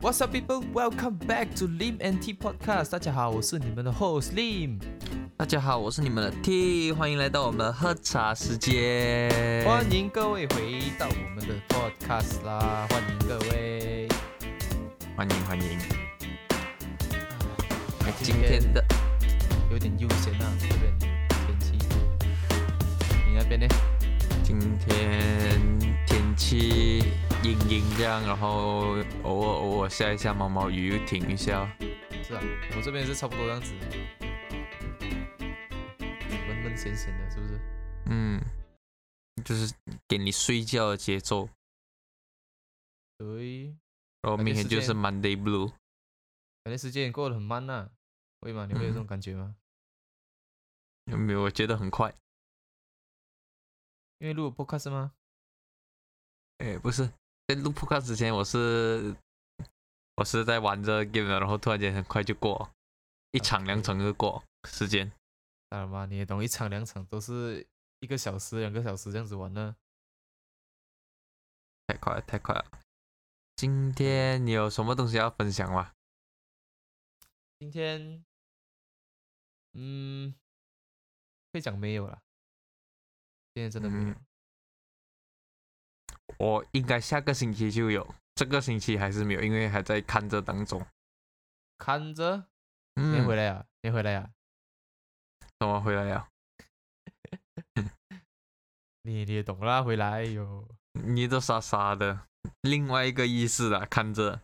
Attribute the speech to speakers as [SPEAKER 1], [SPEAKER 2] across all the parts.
[SPEAKER 1] What's up, people? Welcome back to Lim and T Podcast。大家好，我是你们的 host Lim。
[SPEAKER 2] 大家好，我是你们的 T，欢迎来到我们的喝茶时间。
[SPEAKER 1] 欢迎各位回到我们的 podcast 啦，欢迎各位。
[SPEAKER 2] 欢迎欢迎。
[SPEAKER 1] 哎
[SPEAKER 2] 哎今天的
[SPEAKER 1] 有点悠闲啊，这边天气。你那边呢？
[SPEAKER 2] 今天天气阴阴这样，然后偶尔偶尔下一下毛毛雨，又停一下。
[SPEAKER 1] 是啊，我这边也是差不多这样子，闷闷闲闲的，是不是？
[SPEAKER 2] 嗯，就是给你睡觉的节奏。
[SPEAKER 1] 对，
[SPEAKER 2] 然后
[SPEAKER 1] 感觉
[SPEAKER 2] 明天
[SPEAKER 1] 时
[SPEAKER 2] 就是
[SPEAKER 1] 间
[SPEAKER 2] Monday Blue。
[SPEAKER 1] 感觉时间也过得很慢呐、会吗？你会有这种感觉 吗？
[SPEAKER 2] 有没有？我觉得很快。
[SPEAKER 1] 因为录 podcast 吗？
[SPEAKER 2] 哎，不是，在录 Podcast 之前，我是我是在玩着 game 的，然后突然间很快就过，一场两
[SPEAKER 1] OK
[SPEAKER 2] 场就过时间。
[SPEAKER 1] 当然嘛，你也懂，一场两场都是一个小时、两个小时这样子玩呢。
[SPEAKER 2] 太快了，太快了！今天你有什么东西要分享吗？
[SPEAKER 1] 今天，嗯，会讲没有啦，今天真的没有。
[SPEAKER 2] 我应该下个星期就有，这个星期还是没有，因为还在看着当中。
[SPEAKER 1] 看着，你
[SPEAKER 2] 嗯，
[SPEAKER 1] 回来啊，你回来啊，
[SPEAKER 2] 怎么回来啊呀？
[SPEAKER 1] 你你也懂啦，回来哟。
[SPEAKER 2] 你都傻傻的。另外一个意思啦，看着，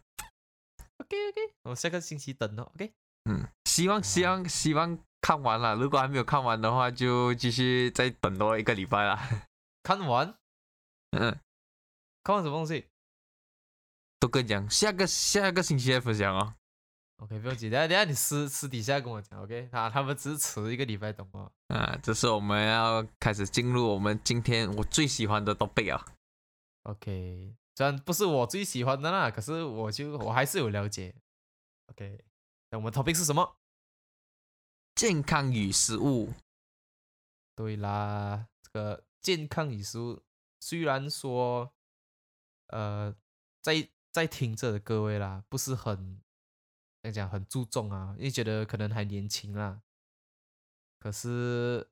[SPEAKER 1] OK OK，我下个星期等哦。OK，
[SPEAKER 2] 嗯，希望希望希望看完了，如果还没有看完的话，就继续再等多一个礼拜啦。
[SPEAKER 1] 看完
[SPEAKER 2] 嗯，
[SPEAKER 1] 看完什么东西
[SPEAKER 2] 都跟你讲，下个下个星期再分享哦。
[SPEAKER 1] ？OK，不用急，等下等下你私私底下跟我讲。OK，啊，他们只是迟一个礼拜，懂吗？
[SPEAKER 2] 啊，这是我们要开始进入我们今天我最喜欢的 topic 啊。
[SPEAKER 1] OK，虽然不是我最喜欢的啦，可是我就我还是有了解。OK，那我们 topic 是什么？
[SPEAKER 2] 健康与食物。
[SPEAKER 1] 对啦，这个健康饮食虽然说，呃，在在听着的各位啦，不是很怎样讲很注重啊，因为觉得可能还年轻啦，可是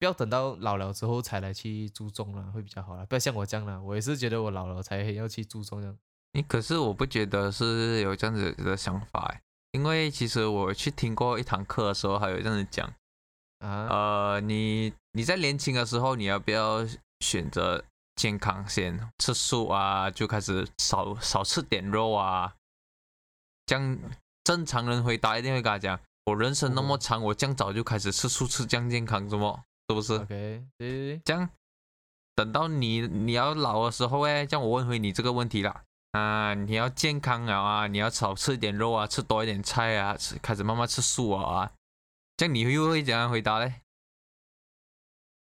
[SPEAKER 1] 不要等到老了之后才来去注重啦，会比较好啦。不要像我这样啦，我也是觉得我老了才要去注重这样。
[SPEAKER 2] 诶，可是我不觉得是有这样子的想法诶，因为其实我去听过一堂课的时候，还有这样子讲，
[SPEAKER 1] 啊，
[SPEAKER 2] 呃，你你在年轻的时候，你要不要选择健康先吃素啊，就开始少少吃点肉啊？这样正常人回答一定会跟他讲，我人生那么长，我这样早就开始吃素吃这样健康，怎么是不是？
[SPEAKER 1] OK，对对对，
[SPEAKER 2] 这样等到你你要老的时候哎，这样我问回你这个问题啦。啊，你要健康了啊，你要少吃一点肉啊，吃多一点菜啊，吃开始慢慢吃素啊啊，这样你又会怎样回答嘞？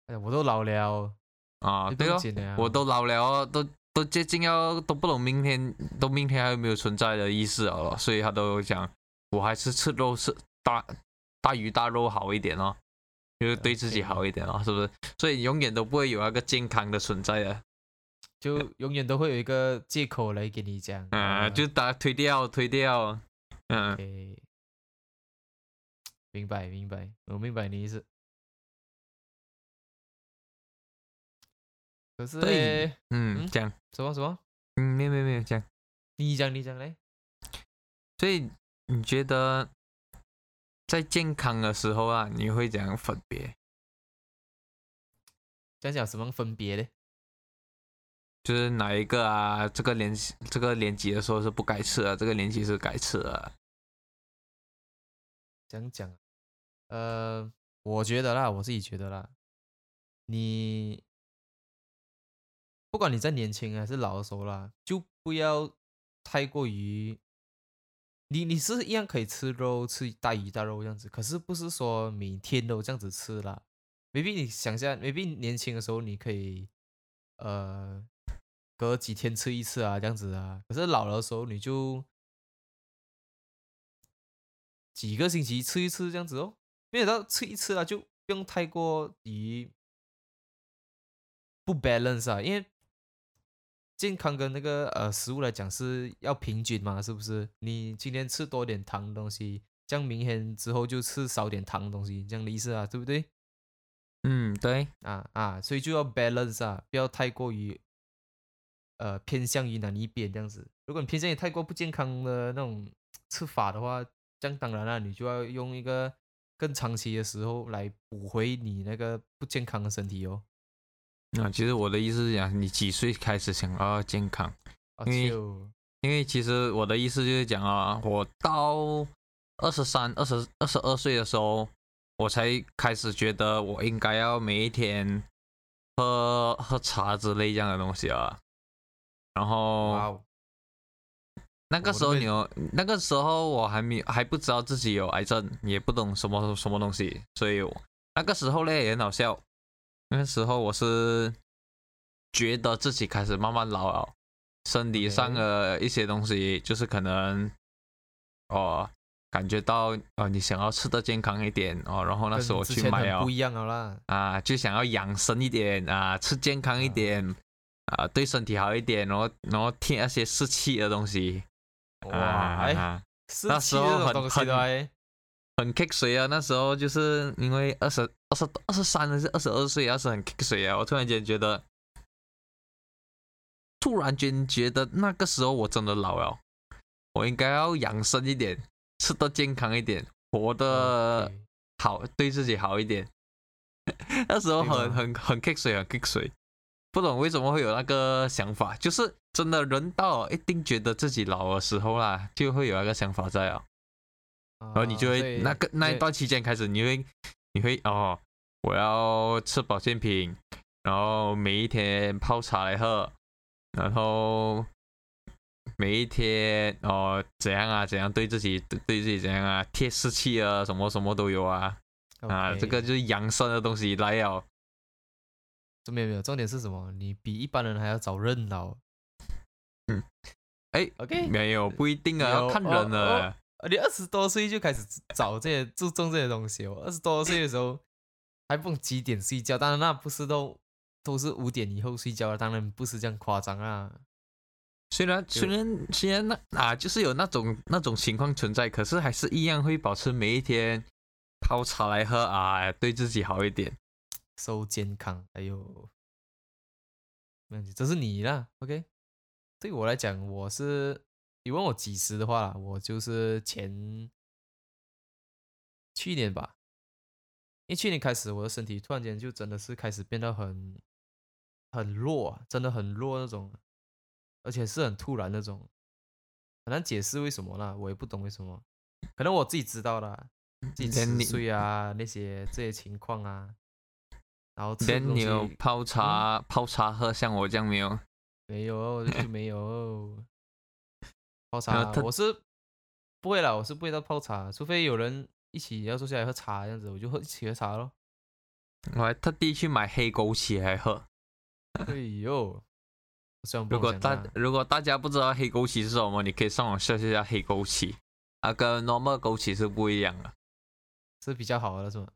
[SPEAKER 1] 哎呀，我都老了，
[SPEAKER 2] 啊，
[SPEAKER 1] 你不
[SPEAKER 2] 对
[SPEAKER 1] 用
[SPEAKER 2] 哦，
[SPEAKER 1] 紧的呀
[SPEAKER 2] 我都老了哦，都都接近要都不懂明天都明天还有没有存在的意思了咯，所以他都讲我还是吃肉吃大大鱼大肉好一点哦，就是对自己
[SPEAKER 1] OK
[SPEAKER 2] 好一点哦，是不是？所以永远都不会有那个健康的存在的。
[SPEAKER 1] 就永远都会有一个借口来给你讲。
[SPEAKER 2] 啊，就打推掉推掉，
[SPEAKER 1] 嗯
[SPEAKER 2] 嗯，
[SPEAKER 1] OK，明白明白，我明白你意思。可是
[SPEAKER 2] 对
[SPEAKER 1] 嘞，
[SPEAKER 2] 嗯
[SPEAKER 1] 嗯，
[SPEAKER 2] 这样，
[SPEAKER 1] 什么什么？
[SPEAKER 2] 嗯，没有没有没有这样，
[SPEAKER 1] 你讲你讲嘞，
[SPEAKER 2] 所以你觉得在健康的时候啊，你会怎样分别？
[SPEAKER 1] 讲讲什么分别嘞？
[SPEAKER 2] 就是哪一个啊？这个年纪这个年纪的时候是不该吃啊，这个年纪是该吃啊。
[SPEAKER 1] 讲讲啊，呃，我觉得啦，我自己觉得啦，你不管你在年轻还是老的时候啦，就不要太过于，你你是一样可以吃肉，吃大鱼大肉这样子，可是不是说每天都这样子吃啦。maybe 你想一下，maybe 年轻的时候你可以，呃，隔几天吃一次啊，这样子啊。可是老了的时候你就几个星期吃一次这样子哦，没有到吃一次啊，就不用太过于不 balance 啊，因为健康跟那个呃食物来讲是要平均嘛，是不是？你今天吃多点糖的东西，这样明天之后就吃少点糖的东西，这样的意思啊，对不对？
[SPEAKER 2] 嗯，对，
[SPEAKER 1] 啊啊，所以就要 balance 啊，不要太过于呃偏向于哪一边这样子。如果你偏向于太过不健康的那种吃法的话，这样当然了、你就要用一个更长期的时候来补回你那个不健康的身体哦。
[SPEAKER 2] 那、啊其实我的意思是讲，你几岁开始想要健康？
[SPEAKER 1] 啊
[SPEAKER 2] 因为
[SPEAKER 1] 就
[SPEAKER 2] 因为其实我的意思就是讲啊，我到二十三、二十二十二岁的时候，我才开始觉得我应该要每一天喝喝茶之类这样的东西啊。然
[SPEAKER 1] 哇
[SPEAKER 2] 后
[SPEAKER 1] 哦，
[SPEAKER 2] 那个
[SPEAKER 1] 我
[SPEAKER 2] 时
[SPEAKER 1] 都
[SPEAKER 2] 候
[SPEAKER 1] 没
[SPEAKER 2] 你有，那个时候我还没有还不知道自己有癌症，也不懂什么什么东西，所以我那个时候嘞也很好笑。那个时候我是觉得自己开始慢慢老了，身体上
[SPEAKER 1] OK
[SPEAKER 2] 的一些东西就是可能哦，感觉到哦你想要吃的健康一点哦，然后那
[SPEAKER 1] 跟
[SPEAKER 2] 时候我
[SPEAKER 1] 之
[SPEAKER 2] 去
[SPEAKER 1] 前
[SPEAKER 2] 买
[SPEAKER 1] 很
[SPEAKER 2] 哦
[SPEAKER 1] 不一样了 啦。
[SPEAKER 2] 啊，就想要养生一点啊，吃健康一
[SPEAKER 1] 啊
[SPEAKER 2] 点啊，对身体好一点，然后然后添那些士气的东西。
[SPEAKER 1] 哇，
[SPEAKER 2] 啊，
[SPEAKER 1] 哎，
[SPEAKER 2] 啊
[SPEAKER 1] 是
[SPEAKER 2] 那时候很
[SPEAKER 1] 东西的
[SPEAKER 2] 很
[SPEAKER 1] 哎，
[SPEAKER 2] 很 kick 水啊！那时候就是因为二十二十二十三还是二十二岁，那时候很 kick 水啊！我突然间觉得，突然间觉得那个时候我真的老了，我应该要养生一点，吃的健康一点，活的
[SPEAKER 1] OK
[SPEAKER 2] 好，对自己好一点。 那时候
[SPEAKER 1] 对
[SPEAKER 2] 很
[SPEAKER 1] 吗
[SPEAKER 2] 很很 kick 啊水，很 kick 水，不懂为什么会有那个想法，就是真的人到了一定觉得自己老的时候啦，就会有那个想法在啊。
[SPEAKER 1] 然
[SPEAKER 2] 然后你就
[SPEAKER 1] 哦
[SPEAKER 2] 会那个那一段期间开始，你会你会哦，我要吃保健品，然后每一天泡茶来喝，然后每一天哦怎样啊怎样对自己对对自己怎样啊贴士气啊什么什么都有啊啊这个就是养生的东西来了，
[SPEAKER 1] 没有没有，重点是什么？你比一般人还要早认老。
[SPEAKER 2] 嗯，哎
[SPEAKER 1] ，OK，
[SPEAKER 2] 没有不一定啊，
[SPEAKER 1] 有
[SPEAKER 2] 要看人的、
[SPEAKER 1] 哦呃你二十多岁就开始找这些注重这些东西哦。我二十多岁的时候还不懂几点睡觉，当然那不是都都是五点以后睡觉了，啊当然不是这样夸张啊啦。
[SPEAKER 2] 虽然虽然虽然那啊，就是有那种那种情况存在，可是还是一样会保持每一天泡茶来喝啊，对自己好一点。
[SPEAKER 1] 收健康，还有，没问题，这是你啦，OK。对我来讲，我是你问我几时的话啦，我就是前去年吧，因为去年开始我的身体突然间就真的是开始变得很很弱啊，真的很弱那种，而且是很突然那种，很难解释为什么啦，我也不懂为什么，可能我自己知道啦， 自己吃
[SPEAKER 2] 连你
[SPEAKER 1] 睡啊那些这些情况啊，然后吃的
[SPEAKER 2] 连
[SPEAKER 1] 东
[SPEAKER 2] 你有
[SPEAKER 1] 西
[SPEAKER 2] 泡茶、泡茶喝，像我这样没有？
[SPEAKER 1] 没有，哦就没有泡
[SPEAKER 2] 然后
[SPEAKER 1] 茶，
[SPEAKER 2] 他
[SPEAKER 1] 我是不会啦，我是不会到泡茶，除非有人一起要坐下来喝茶这样子，我就喝一起喝茶咯。
[SPEAKER 2] 我还特地去买黑枸杞来喝。
[SPEAKER 1] 哎呦，虽然不
[SPEAKER 2] 如
[SPEAKER 1] 懂
[SPEAKER 2] 果
[SPEAKER 1] 讲
[SPEAKER 2] 大
[SPEAKER 1] 啦
[SPEAKER 2] 如果大家不知道黑枸杞是什么，你可以上网搜一下黑枸杞，啊，跟 normal 枸杞是不一样的，
[SPEAKER 1] 是比较好的是吗？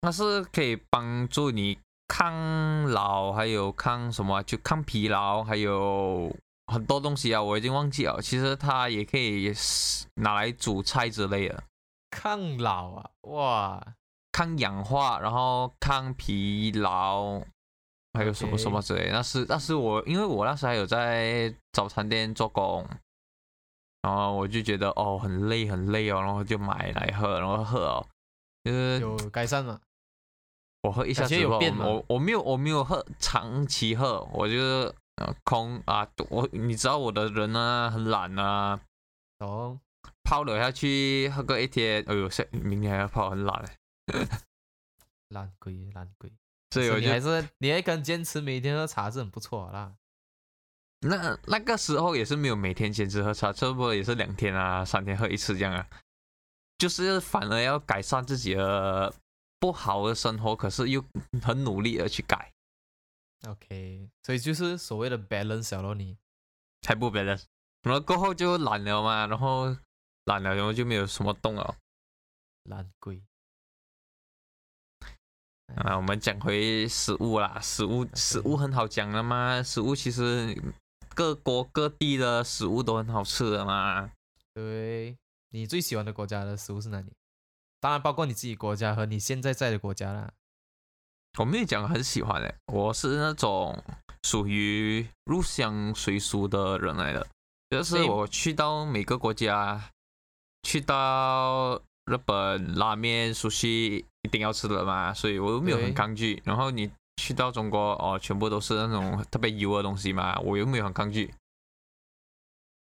[SPEAKER 2] 它是可以帮助你抗老，还有抗什么啊，就抗疲劳，还有很多东西啊，我已经忘记了。其实它也可以拿来煮菜之类的，
[SPEAKER 1] 抗老啊，哇，
[SPEAKER 2] 抗氧化，然后抗疲劳，还有什么
[SPEAKER 1] OK
[SPEAKER 2] 什么之类的那是那是我，因为我那时还有在早餐店做工，然后我就觉得哦很累很累哦，然后就买来喝，然后喝哦，就是
[SPEAKER 1] 有改善吗？
[SPEAKER 2] 我喝一下
[SPEAKER 1] 感
[SPEAKER 2] 子
[SPEAKER 1] 觉
[SPEAKER 2] 吧，
[SPEAKER 1] 有变吗
[SPEAKER 2] 我我我没有我没有喝长期喝，我就是呃空啊，我你知道我的人呢很懒啊，
[SPEAKER 1] 懂，
[SPEAKER 2] 泡了下去喝个一天，哎呦，下明天还要泡，很懒欸，
[SPEAKER 1] 懒鬼懒鬼，
[SPEAKER 2] 所以
[SPEAKER 1] 可
[SPEAKER 2] 我
[SPEAKER 1] 是你
[SPEAKER 2] 就
[SPEAKER 1] 还是你还敢坚持每天喝茶是很不错的啦。
[SPEAKER 2] 那那个时候也是没有每天坚持喝茶，差不多也是两天啊三天喝一次这样啊，就是反而要改善自己的不好的生活，可是又很努力的去改，
[SPEAKER 1] OK，所以就是所谓的 balance 了咯你。
[SPEAKER 2] 才不别人，然后过后就懒了嘛，然后懒了，然后就没有什么动了。
[SPEAKER 1] 懒鬼。
[SPEAKER 2] 啊，我们讲回食物啦，食物嗯食物很好讲的嘛，食物其实各国各地的食物都很好吃的嘛。
[SPEAKER 1] 对，你最喜欢的国家的食物是哪里？当然包括你自己国家和你现在在的国家啦。
[SPEAKER 2] 我没有讲很喜欢嘞，欸我是那种属于入乡随俗的人来的，就是
[SPEAKER 1] 所以
[SPEAKER 2] 我去到每个国家，去到日本拉面、熟悉一定要吃的嘛，所以我又没有
[SPEAKER 1] 对
[SPEAKER 2] 很抗拒。然后你去到中国哦，全部都是那种特别油的东西嘛，我又没有很抗拒。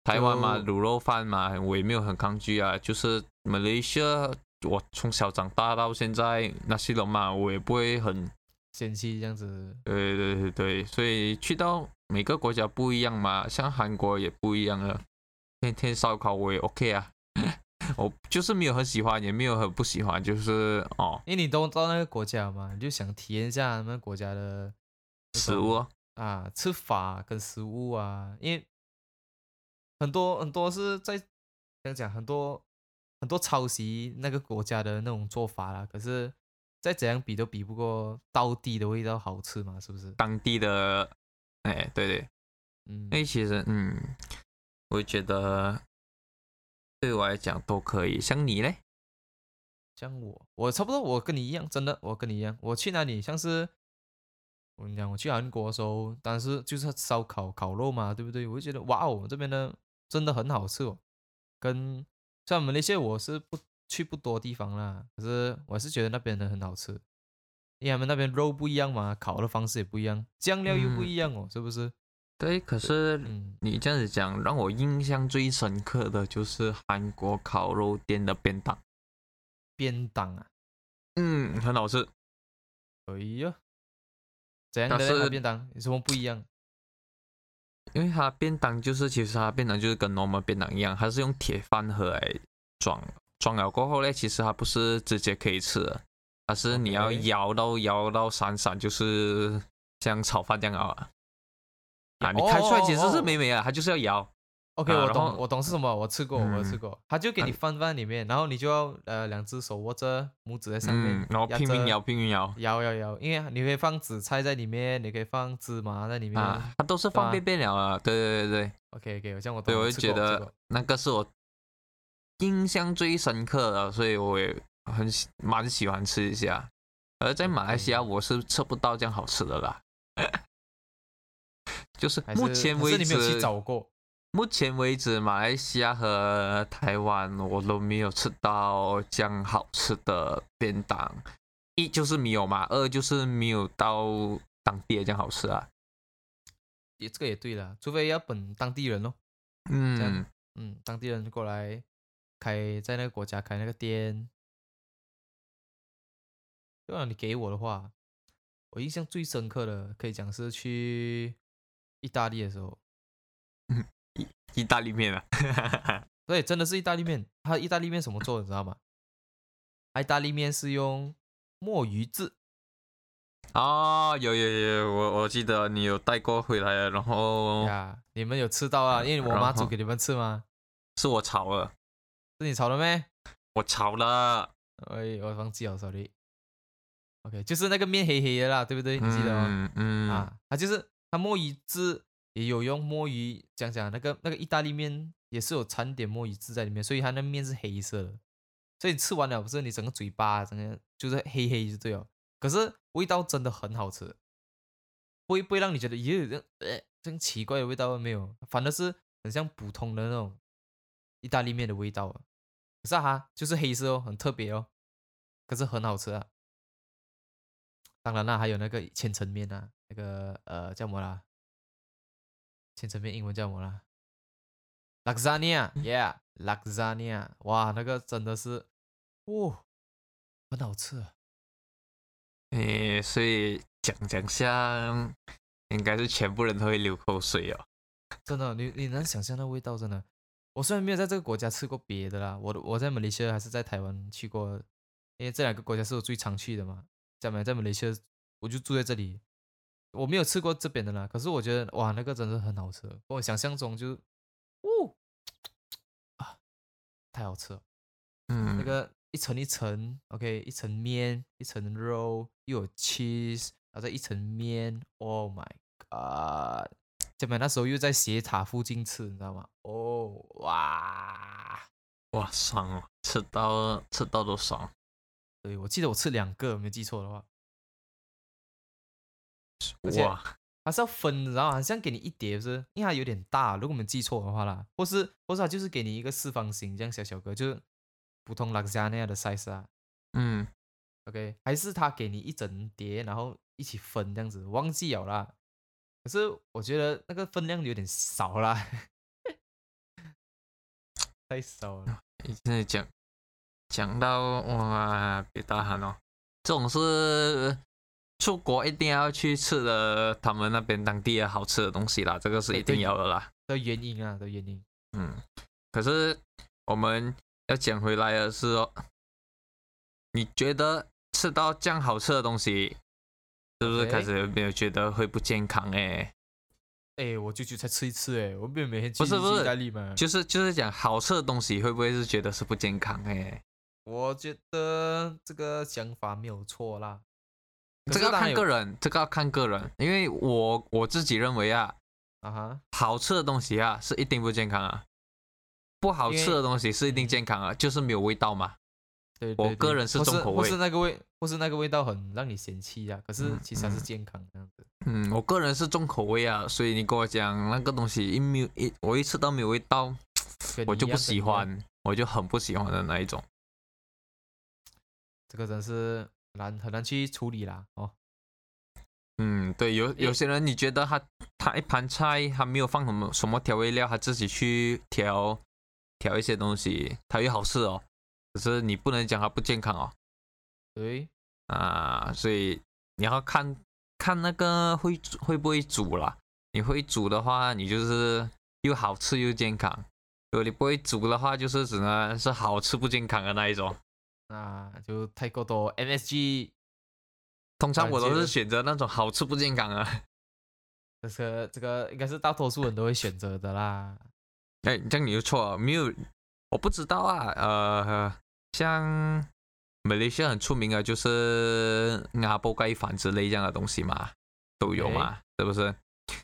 [SPEAKER 2] 台湾嘛，
[SPEAKER 1] 就
[SPEAKER 2] 卤肉饭嘛，我也没有很抗拒啊。就是马来西亚，我从小长大到现在，那些人嘛，我也不会很
[SPEAKER 1] 先去这样子，
[SPEAKER 2] 对对对对，所以去到每个国家不一样嘛，像韩国也不一样了，天天烧烤我也 OK 啊， 我就是没有很喜欢，也没有很不喜欢，就是哦
[SPEAKER 1] 因为你都到那个国家了嘛，你就想体验一下他们国家的那
[SPEAKER 2] 食
[SPEAKER 1] 种
[SPEAKER 2] 物哦
[SPEAKER 1] 啊，吃法跟食物啊，因为很多很多是在怎样讲，很多很多抄袭那个国家的那种做法啦。可是再怎样比都比不过道地的味道好吃嘛，是不是？
[SPEAKER 2] 当地的，哎对对，
[SPEAKER 1] 嗯，
[SPEAKER 2] 那其实嗯，我觉得对我来讲都可以，像你嘞，
[SPEAKER 1] 像我，我差不多，我跟你一样，真的，我跟你一样，我去哪里像是。我跟你讲，我去韩国的时候，当时就是烧烤烤肉嘛，对不对？我就觉得哇哦，这边的真的很好吃哦。跟像我们那些我是不去不多地方啦，可是我是觉得那边的很好吃，因为他们那边肉不一样嘛，烤的方式也不一样，酱料又不
[SPEAKER 2] 嗯
[SPEAKER 1] 一样哦，是不是？
[SPEAKER 2] 对，可是
[SPEAKER 1] 嗯，
[SPEAKER 2] 你这样子讲，让我印象最深刻的就是韩国烤肉店的便当，
[SPEAKER 1] 便当啊，
[SPEAKER 2] 嗯，很好吃。
[SPEAKER 1] 哎呀，怎样
[SPEAKER 2] 但
[SPEAKER 1] 的嘞它
[SPEAKER 2] 是
[SPEAKER 1] 便当有什么不一样？
[SPEAKER 2] 因为它便当就是，其实它便当就是跟 normal 便当一样，它是用铁饭盒来装，装了过后呢，其实它不是直接可以吃的，它是你要
[SPEAKER 1] OK
[SPEAKER 2] 摇到摇到闪闪，就是像炒饭这样啊。啊，你
[SPEAKER 1] 哦
[SPEAKER 2] 看出来其实
[SPEAKER 1] 哦
[SPEAKER 2] 是
[SPEAKER 1] 哦
[SPEAKER 2] 美美啊，它就是要摇。
[SPEAKER 1] OK，、
[SPEAKER 2] 啊
[SPEAKER 1] 我
[SPEAKER 2] 然
[SPEAKER 1] 懂，
[SPEAKER 2] 后
[SPEAKER 1] 我懂是什么，我吃过，我吃
[SPEAKER 2] 嗯
[SPEAKER 1] 过，他就给你放在里面，然后你就要呃两只手握着拇指在上面，
[SPEAKER 2] 嗯，然后
[SPEAKER 1] 压
[SPEAKER 2] 拼命
[SPEAKER 1] 着
[SPEAKER 2] 摇，拼命啊
[SPEAKER 1] 摇
[SPEAKER 2] 摇
[SPEAKER 1] 摇摇，因为你可以放紫菜在里面，你可以放芝麻在里面。
[SPEAKER 2] 啊，它都是
[SPEAKER 1] 对啊
[SPEAKER 2] 放便便了啊。对对对对，
[SPEAKER 1] OK OK，这样我懂
[SPEAKER 2] 对，
[SPEAKER 1] 了，
[SPEAKER 2] 我就
[SPEAKER 1] 吃
[SPEAKER 2] 觉
[SPEAKER 1] 过我吃
[SPEAKER 2] 得
[SPEAKER 1] 过
[SPEAKER 2] 那个是我印象最深刻的，所以我也很喜蛮喜欢吃一下。而在马来西亚，
[SPEAKER 1] OK
[SPEAKER 2] 我是吃不到这样好吃的啦。 就是
[SPEAKER 1] 还是
[SPEAKER 2] 目前
[SPEAKER 1] 还
[SPEAKER 2] 为
[SPEAKER 1] 是你没有去
[SPEAKER 2] 止，
[SPEAKER 1] 找过，
[SPEAKER 2] 目前为止，马来西亚和台湾我都没有吃到这样好吃的便当。一就是没有嘛，二就是没有到当地的这样好吃啊。
[SPEAKER 1] 也这个也对啦，除非要本当地人咯，这样
[SPEAKER 2] 嗯，
[SPEAKER 1] 嗯，当地人过来开在那个国家开那个店。如果你给我的话，我印象最深刻的可以讲是去意大利的时候，
[SPEAKER 2] 意大利面啊，
[SPEAKER 1] 对，真的是意大利面。它意大利面怎么做的，你知道吗？它意大利面是用墨鱼汁，
[SPEAKER 2] 哦，有有有，我我记得你有带过回来了，然后
[SPEAKER 1] 呀，你们有吃到啊？因为我
[SPEAKER 2] 然
[SPEAKER 1] 妈煮
[SPEAKER 2] 后
[SPEAKER 1] 给你们吃吗？
[SPEAKER 2] 是我炒了，
[SPEAKER 1] 是你炒的咩？
[SPEAKER 2] 我炒了，
[SPEAKER 1] 哎，我忘记了，sorry。OK，就是那个面黑黑的啦，对不对？你记得吗？
[SPEAKER 2] 嗯嗯
[SPEAKER 1] 啊，它就是它墨鱼汁也有用墨鱼，讲讲那个那个意大利面也是有掺点墨鱼汁在里面，所以它那面是黑色的，所以你吃完了不是你整个嘴巴整个就是黑黑就对了。可是味道真的很好吃，不会不会让你觉得耶这样呃这样奇怪的味道没有，反而是很像普通的那种意大利面的味道啊。可是哈、就是黑色哦，很特别哦，可是很好吃啊。当然啦，还有那个千层面啊，那个呃叫什么啦？千层面英文叫什么啦？Lasagna，yeah，lasagna，哇，那个真的是，哇、很好吃啊。
[SPEAKER 2] 诶、所以讲讲像应该是全部人都会流口水哦。
[SPEAKER 1] 真的，你你能想象那味道真的。我虽然没有在这个国家吃过别的啦，我的我在马来西亚还是在台湾去过，因为这两个国家是我最常去的嘛。讲白，在马来西亚我就住在这里，我没有吃过这边的啦。可是我觉得哇，那个真的很好吃，跟我想象中就是，哦，啊，太好吃了。
[SPEAKER 2] 嗯，
[SPEAKER 1] 那个一层一层，OK，一层面，一层肉，又有 cheese，然后再一层面，Oh my god！这边那时候又在斜塔附近吃，你知道吗？哦，哇！
[SPEAKER 2] 哇，爽哦！吃到吃到都爽。
[SPEAKER 1] 对，我记得我吃两个，没记错的话，而且
[SPEAKER 2] 哇，
[SPEAKER 1] 它是要分，然后好像给你一碟，是不是？因为它有点大，如果我们记错的话啦，或是或是它就是给你一个四方形这样小小个，就是普通拉家那样的 size 啊。
[SPEAKER 2] 嗯，
[SPEAKER 1] OK，还是他给你一整碟，然后一起分这样子，忘记了啦。可是我觉得那个分量有点少啦，太少了。
[SPEAKER 2] 你真的讲讲到哇，别大喊哦，这种是呃出国一定要去吃的，他们那边当地的好吃的东西啦，这个是一
[SPEAKER 1] 对对
[SPEAKER 2] 定要的啦。
[SPEAKER 1] 的原因啊，的原因。
[SPEAKER 2] 嗯，可是我们要讲回来的是哦，你觉得吃到这样好吃的东西，是不是
[SPEAKER 1] OK
[SPEAKER 2] 开始有没有觉得会不健康、哎，
[SPEAKER 1] 哎，我舅舅才吃一次，哎，我不是每天去
[SPEAKER 2] 不是不
[SPEAKER 1] 去
[SPEAKER 2] 是
[SPEAKER 1] 意大利嘛。
[SPEAKER 2] 就是就是讲好吃的东西会不会是觉得是不健康、哎，
[SPEAKER 1] 我觉得这个想法没有错啦。可是
[SPEAKER 2] 这个要
[SPEAKER 1] 当然
[SPEAKER 2] 看
[SPEAKER 1] 有
[SPEAKER 2] 个人，这个要看个人，因为我我自己认为啊，
[SPEAKER 1] 啊哈，
[SPEAKER 2] 好吃的东西啊是一定不健康啊，不好
[SPEAKER 1] 因为
[SPEAKER 2] 吃的东西是一
[SPEAKER 1] 嗯
[SPEAKER 2] 定健康啊，就是没有味道嘛。
[SPEAKER 1] 对
[SPEAKER 2] 我
[SPEAKER 1] 对
[SPEAKER 2] 个
[SPEAKER 1] 对
[SPEAKER 2] 人是
[SPEAKER 1] 或
[SPEAKER 2] 重口
[SPEAKER 1] 或
[SPEAKER 2] 味
[SPEAKER 1] 是那个味，或是那个味道很让你嫌弃啊。可是
[SPEAKER 2] 嗯
[SPEAKER 1] 其实还是
[SPEAKER 2] 嗯
[SPEAKER 1] 健康这样子。
[SPEAKER 2] 嗯，我个人是重口味啊，所以你跟我讲那个东西一没有一我一吃到没有味道，
[SPEAKER 1] 跟
[SPEAKER 2] 我
[SPEAKER 1] 你
[SPEAKER 2] 就
[SPEAKER 1] 一样
[SPEAKER 2] 不
[SPEAKER 1] 跟你
[SPEAKER 2] 喜
[SPEAKER 1] 一样
[SPEAKER 2] 欢，我就很不喜欢的那一种。
[SPEAKER 1] 这个真是难很难去处理啦。哦，
[SPEAKER 2] 嗯，对，有有
[SPEAKER 1] 诶
[SPEAKER 2] 些人你觉得他他一盘菜他没有放什么什么调味料，他自己去调调一些东西，他又好吃哦，可是你不能讲他不健康哦
[SPEAKER 1] 对，
[SPEAKER 2] 啊，所以你要看看那个会煮会不会煮啦，你会煮的话，你就是又好吃又健康；如果你不会煮的话，就是只能是好吃不健康的那一种。
[SPEAKER 1] 那就太过多 MSG
[SPEAKER 2] 通常我
[SPEAKER 1] 感
[SPEAKER 2] 都
[SPEAKER 1] 觉
[SPEAKER 2] 是选择那种好吃不健康啊。
[SPEAKER 1] 这个这个应该是大多数人都会选择的啦。
[SPEAKER 2] 哎，这样你就错了，没有，我不知道啊。呃，像马来西亚很出名的就是阿波盖饭之类这样的东西嘛，都有嘛，是不是？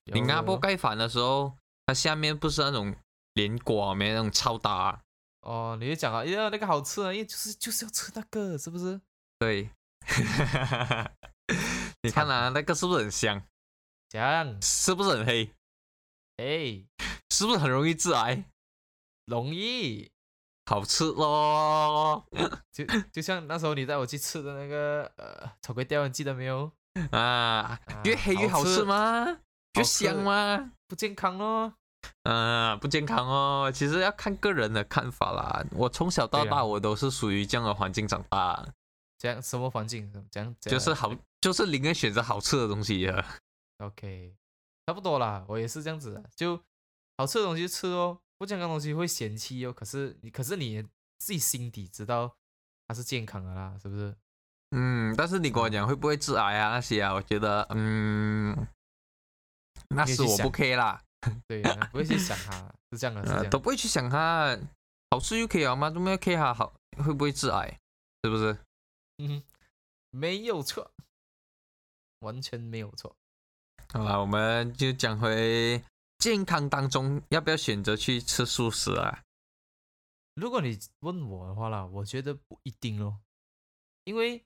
[SPEAKER 2] 你啊
[SPEAKER 1] 有
[SPEAKER 2] 阿波盖饭的时候，它下面不是那种连锅，没那种超啊搭、
[SPEAKER 1] 哦，你就讲啊，因为那个好吃啊，因为就是就是要吃那个，是不是？
[SPEAKER 2] 对， 你看啊，那个是不是很香？
[SPEAKER 1] 讲，
[SPEAKER 2] 是不是很黑？
[SPEAKER 1] 哎，
[SPEAKER 2] 是不是很容易致癌？
[SPEAKER 1] 容易。
[SPEAKER 2] 好吃咯！
[SPEAKER 1] 就就像那时候你带我去吃的那个呃炒粿条，你记得没有？
[SPEAKER 2] 啊，
[SPEAKER 1] 啊
[SPEAKER 2] 越黑越好吃？吗？越
[SPEAKER 1] 好
[SPEAKER 2] 香
[SPEAKER 1] 吃
[SPEAKER 2] 吗？
[SPEAKER 1] 不健康咯。
[SPEAKER 2] 嗯、不健康哦。其实要看个人的看法啦。我从小到
[SPEAKER 1] 对啊
[SPEAKER 2] 大，我都是属于这样的环境长大，
[SPEAKER 1] 这样什么环境？这样这
[SPEAKER 2] 就
[SPEAKER 1] 样
[SPEAKER 2] 是好，就是宁愿选择好吃的东西啊的。
[SPEAKER 1] OK，差不多啦，我也是这样子的，就好吃的东西吃哦，不健康的东西会嫌弃哦。可是你，可是你自己心底知道它是健康的啦，是不是？
[SPEAKER 2] 嗯，但是你跟我讲会不会致癌啊那些啊，我觉得嗯，那
[SPEAKER 1] 你也
[SPEAKER 2] 是
[SPEAKER 1] 去
[SPEAKER 2] 我
[SPEAKER 1] 想
[SPEAKER 2] 不 OK 啦，
[SPEAKER 1] 对，啊不会去想它，是这样的，是这
[SPEAKER 2] 呃
[SPEAKER 1] 样的。
[SPEAKER 2] 都不会去想它，好吃就可以了嘛，怎么要 K 它好会不会致癌，是不是？
[SPEAKER 1] 嗯，没有错，完全没有错。
[SPEAKER 2] 好了，我们就讲回健康当中要不要选择去吃素食啊？
[SPEAKER 1] 如果你问我的话啦，我觉得不一定咯，因为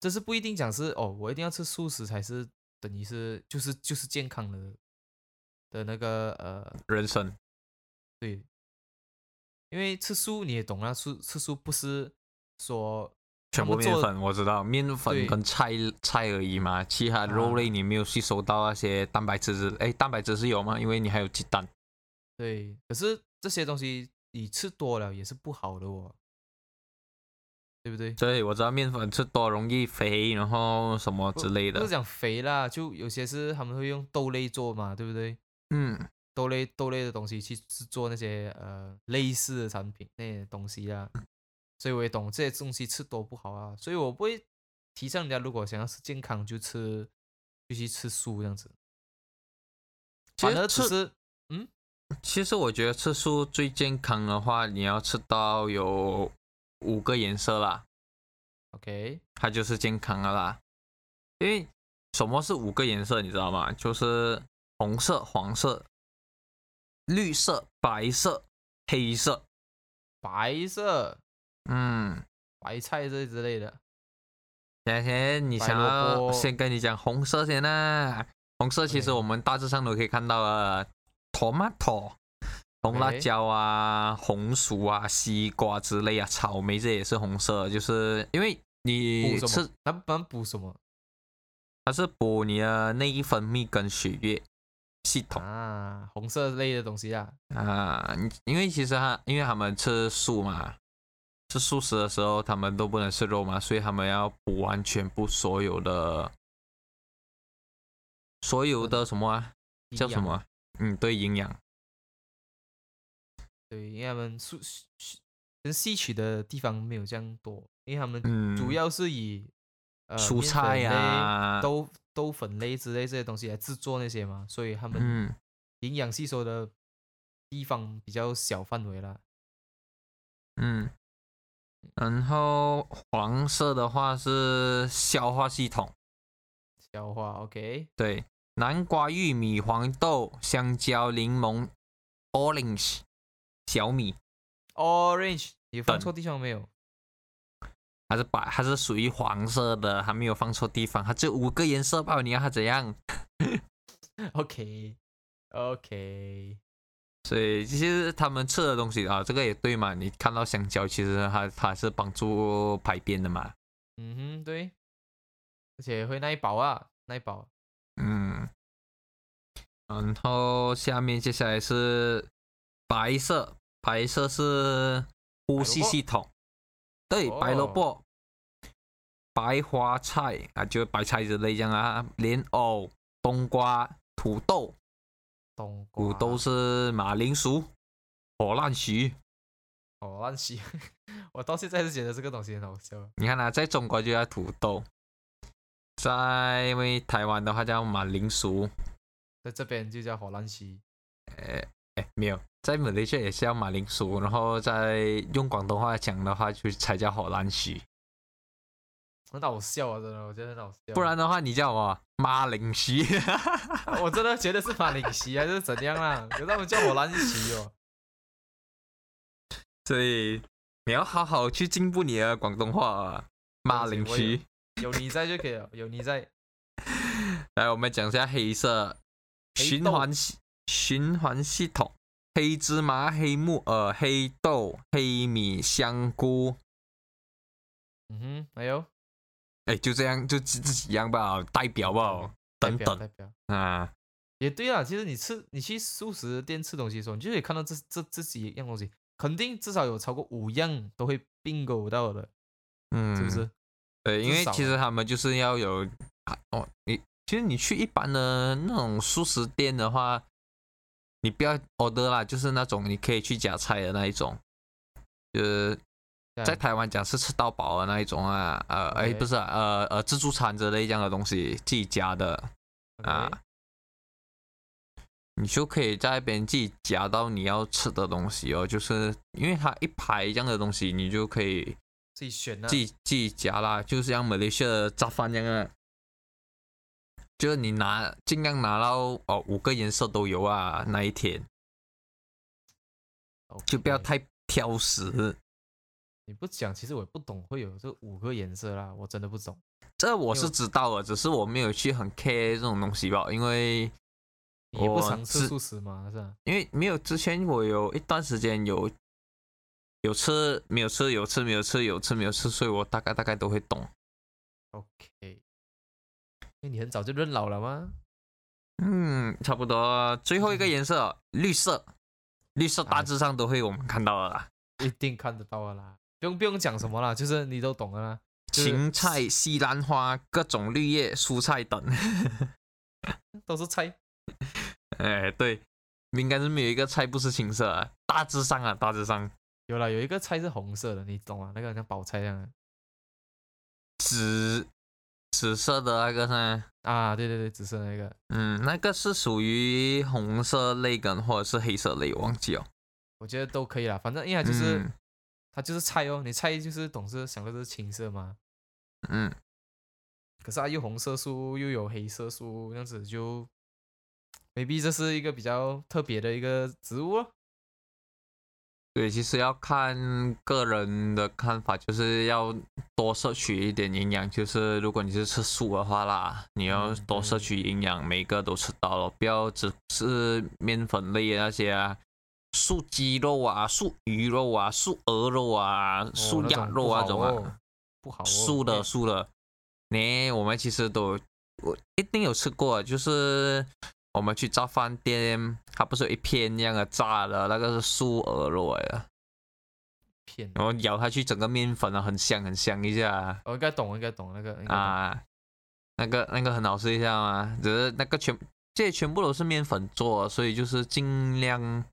[SPEAKER 1] 这是不一定讲是哦，我一定要吃素食才是等于是就是就是健康的的那个呃
[SPEAKER 2] 人生，
[SPEAKER 1] 对，因为吃素你也懂啊，吃吃素不是说
[SPEAKER 2] 全部
[SPEAKER 1] 他们做
[SPEAKER 2] 面粉我知道，面粉
[SPEAKER 1] 对啊
[SPEAKER 2] 跟菜菜而已嘛，其他肉类你没有吸收到那些蛋白质之，哎，蛋白质是有吗？因为你还有鸡蛋。
[SPEAKER 1] 对，可是这些东西你吃多了也是不好的哦，对不对？
[SPEAKER 2] 对，我知道面粉吃多容易肥，然后什么
[SPEAKER 1] 不
[SPEAKER 2] 之类
[SPEAKER 1] 不
[SPEAKER 2] 的
[SPEAKER 1] 是。讲肥啦，就有些是他们会用豆类做嘛，对不对？
[SPEAKER 2] 嗯，
[SPEAKER 1] 豆类豆类的东西去制作那些呃类似的产品那些东西啊，所以我也懂这些东西吃多不好啊，所以我不会提倡人家如果想要吃健康就吃就去吃素这样子，
[SPEAKER 2] 其
[SPEAKER 1] 反
[SPEAKER 2] 实
[SPEAKER 1] 而只
[SPEAKER 2] 吃，
[SPEAKER 1] 是
[SPEAKER 2] 其实我觉得吃素最健康的话，你要吃到有五个颜色啦，
[SPEAKER 1] OK，
[SPEAKER 2] 它就是健康的啦。因为什么是五个颜色，你知道吗？就是红色、黄色、绿色、白色、黑色。
[SPEAKER 1] 白色
[SPEAKER 2] 嗯，
[SPEAKER 1] 白菜这之类的，
[SPEAKER 2] 先先你
[SPEAKER 1] 白
[SPEAKER 2] 想
[SPEAKER 1] 萝
[SPEAKER 2] 要
[SPEAKER 1] 卜
[SPEAKER 2] 先跟你讲红色先啦。红色其实
[SPEAKER 1] OK
[SPEAKER 2] 我们大致上都可以看到了，tomato。红辣
[SPEAKER 1] OK
[SPEAKER 2] 椒啊、红薯啊、西瓜之类啊、草莓这也是红色的，就是因为你
[SPEAKER 1] 补什
[SPEAKER 2] 吃
[SPEAKER 1] 么？他们补什么
[SPEAKER 2] 它是补你的内分泌跟血液系统
[SPEAKER 1] 啊？红色类的东西啊。
[SPEAKER 2] 啊。你因为其实他因为他们吃素嘛，吃素食的时候他们都不能吃肉嘛，所以他们要补完全部所有的所有的什么啊？
[SPEAKER 1] 营
[SPEAKER 2] 叫什
[SPEAKER 1] 养
[SPEAKER 2] 么？啊？嗯，对，营养。
[SPEAKER 1] 对，因为他们吸吸能吸取的地方没有这样多，因为他们
[SPEAKER 2] 嗯，
[SPEAKER 1] 主要是以、呃
[SPEAKER 2] 蔬
[SPEAKER 1] 面
[SPEAKER 2] 菜
[SPEAKER 1] 粉类
[SPEAKER 2] 呀、
[SPEAKER 1] 豆豆粉类之类这些东西来制作那些嘛，所以他们
[SPEAKER 2] 嗯，
[SPEAKER 1] 营养吸收的地方比较小范围啦。
[SPEAKER 2] 嗯，然后黄色的话是消化系统。
[SPEAKER 1] 消化 OK，
[SPEAKER 2] 对，南瓜、玉米、黄豆、香蕉、柠檬、orange、小米，
[SPEAKER 1] Orange，你放
[SPEAKER 2] 等
[SPEAKER 1] 错地方没有？
[SPEAKER 2] 它是白，它是属于黄色的，还没有放错地方，它只有五个颜色吧？你要它怎样？
[SPEAKER 1] OK OK，
[SPEAKER 2] 所以其实他们吃的东西啊，这个也对嘛。你看到香蕉，其实它它是帮助排便的嘛。
[SPEAKER 1] 嗯哼，对，而且会耐饱啊，耐饱。
[SPEAKER 2] 嗯，然后下面接下来是白色，白色是呼吸系统，对，白萝
[SPEAKER 1] 哦
[SPEAKER 2] 卜、白花菜啊，就是白菜之类这样啊，莲藕、冬瓜、土豆，
[SPEAKER 1] 冬瓜
[SPEAKER 2] 土豆是马铃薯、火烂薯。
[SPEAKER 1] 好烂洗， 我到现在还是觉得这个东西很好笑。
[SPEAKER 2] 你看啊，在中国就叫土豆，在因为台湾的话叫马铃薯，
[SPEAKER 1] 在这边就叫火烂西，
[SPEAKER 2] 哎，没有，在马来西亚也是叫马铃薯，然后在用广东话讲的话，就才叫好兰薯。
[SPEAKER 1] 很好笑啊！真的，我觉得很好笑。
[SPEAKER 2] 不然的话，你叫什么？马铃薯。
[SPEAKER 1] 我真的觉得是马铃西 还是怎样啦？可是他们叫火烂西哦。
[SPEAKER 2] 所以你要好好去进步你的广东话啊。马铃
[SPEAKER 1] 我有
[SPEAKER 2] 薯。
[SPEAKER 1] 有你在就可以了，有你在。
[SPEAKER 2] 来，我们讲一下黑色
[SPEAKER 1] 黑
[SPEAKER 2] 循
[SPEAKER 1] 豆
[SPEAKER 2] 环系循环系统：黑芝麻、黑木耳、黑豆、黑米、香菇。
[SPEAKER 1] 嗯哼，哎呦，
[SPEAKER 2] 哎，就这样，就这这几样吧，代表吧，
[SPEAKER 1] 嗯代
[SPEAKER 2] 等
[SPEAKER 1] 表
[SPEAKER 2] 等
[SPEAKER 1] 代表。
[SPEAKER 2] 啊。
[SPEAKER 1] 也对啊，其实你吃你去素食店吃东西的时候，你就可以看到这这这几样东西，肯定至少有超过五样都会并购到的，
[SPEAKER 2] 嗯，
[SPEAKER 1] 是不是？
[SPEAKER 2] 对，因
[SPEAKER 1] 至
[SPEAKER 2] 为
[SPEAKER 1] 少
[SPEAKER 2] 其
[SPEAKER 1] 啊
[SPEAKER 2] 实他们就是要有啊哦，你其实你去一般的那种素食店的话，你不要 order 啦，就是那种你可以去夹菜的那一种，就是
[SPEAKER 1] 这样
[SPEAKER 2] 在台湾讲是吃到饱的那一种啊，呃，哎，
[SPEAKER 1] 嗯 OK
[SPEAKER 2] 不是、啊，呃呃，自助餐之类这样的东西，自己夹的
[SPEAKER 1] OK，
[SPEAKER 2] 啊。你就可以在那边自己夹到你要吃的东西哦，就是因为它一排这样的东西，你就可以
[SPEAKER 1] 自己选啊
[SPEAKER 2] 自。己自己夹啦，就是像马来西亚的炸饭这样啊，就是你拿尽量拿到哦五个颜色都有啊，那一天就不要
[SPEAKER 1] OK
[SPEAKER 2] 太挑食。
[SPEAKER 1] 你不讲，其实我也不懂会有这五个颜色啦，我真的不懂。
[SPEAKER 2] 这我
[SPEAKER 1] 因
[SPEAKER 2] 是
[SPEAKER 1] 为
[SPEAKER 2] 知道的，只是我没有去很 care 这种东西吧，因为
[SPEAKER 1] 你也不
[SPEAKER 2] 我
[SPEAKER 1] 常吃
[SPEAKER 2] 是
[SPEAKER 1] 素食嘛，是吧？
[SPEAKER 2] 因为没有之前我有一段时间有有吃没有吃有吃没有吃有吃没有吃，所以我大概大概都会懂。
[SPEAKER 1] OK，因为你很早就认老了吗？
[SPEAKER 2] 嗯，差不多。最后一个
[SPEAKER 1] 嗯
[SPEAKER 2] 颜色绿色，绿色大
[SPEAKER 1] 哎
[SPEAKER 2] 致上都会我们看到的啦。
[SPEAKER 1] 一定看得到的啦，不用不用讲什么啦，就是你都懂的啦。就是
[SPEAKER 2] 芹菜、西兰花、各种绿叶、蔬菜等。
[SPEAKER 1] 都是菜，
[SPEAKER 2] 哎，对，应该是没有一个菜不是青色、啊，大致上啊，大致上
[SPEAKER 1] 有啦，有一个菜是红色的，你懂啊吗？那个像宝菜一样的
[SPEAKER 2] 紫紫色的那个呢，
[SPEAKER 1] 啊，对对对，紫色那个
[SPEAKER 2] 嗯，那个是属于红色类跟或者是黑色类，我忘记了。
[SPEAKER 1] 我觉得都可以啦，反正因为它就是
[SPEAKER 2] 嗯
[SPEAKER 1] 它就是菜哦，你菜就是懂是想的是青色嘛，
[SPEAKER 2] 嗯，
[SPEAKER 1] 可是它啊又红色素又有黑色素，这样子就 maybe 这是一个比较特别的一个植物哦。
[SPEAKER 2] 对，其实要看个人的看法，就是要多摄取一点营养。就是如果你是吃素的话啦，你要
[SPEAKER 1] 嗯
[SPEAKER 2] 多摄
[SPEAKER 1] 对
[SPEAKER 2] 取营养，每一个都吃到了，不要只是面粉类的那些啊，素鸡肉啊、素鱼肉啊、素鹅肉啊、素
[SPEAKER 1] 哦
[SPEAKER 2] 鸭肉啊，
[SPEAKER 1] 那
[SPEAKER 2] 这
[SPEAKER 1] 种不
[SPEAKER 2] 种
[SPEAKER 1] 好
[SPEAKER 2] 啊
[SPEAKER 1] 哦，，不好哦。
[SPEAKER 2] 素的
[SPEAKER 1] 哎
[SPEAKER 2] 素的，你我们其实都我一定有吃过啊，就是我们去炸饭店，它不是有一片那样的炸的，那个是素鹅肉来的，
[SPEAKER 1] 骗
[SPEAKER 2] 然后咬下去整个面粉啊，很香很香一下
[SPEAKER 1] 哦我应该懂，我应该懂那个应该懂
[SPEAKER 2] 啊，那个那个很好吃一下嘛，只是那个全这些全部都是面粉做的，所以就是尽量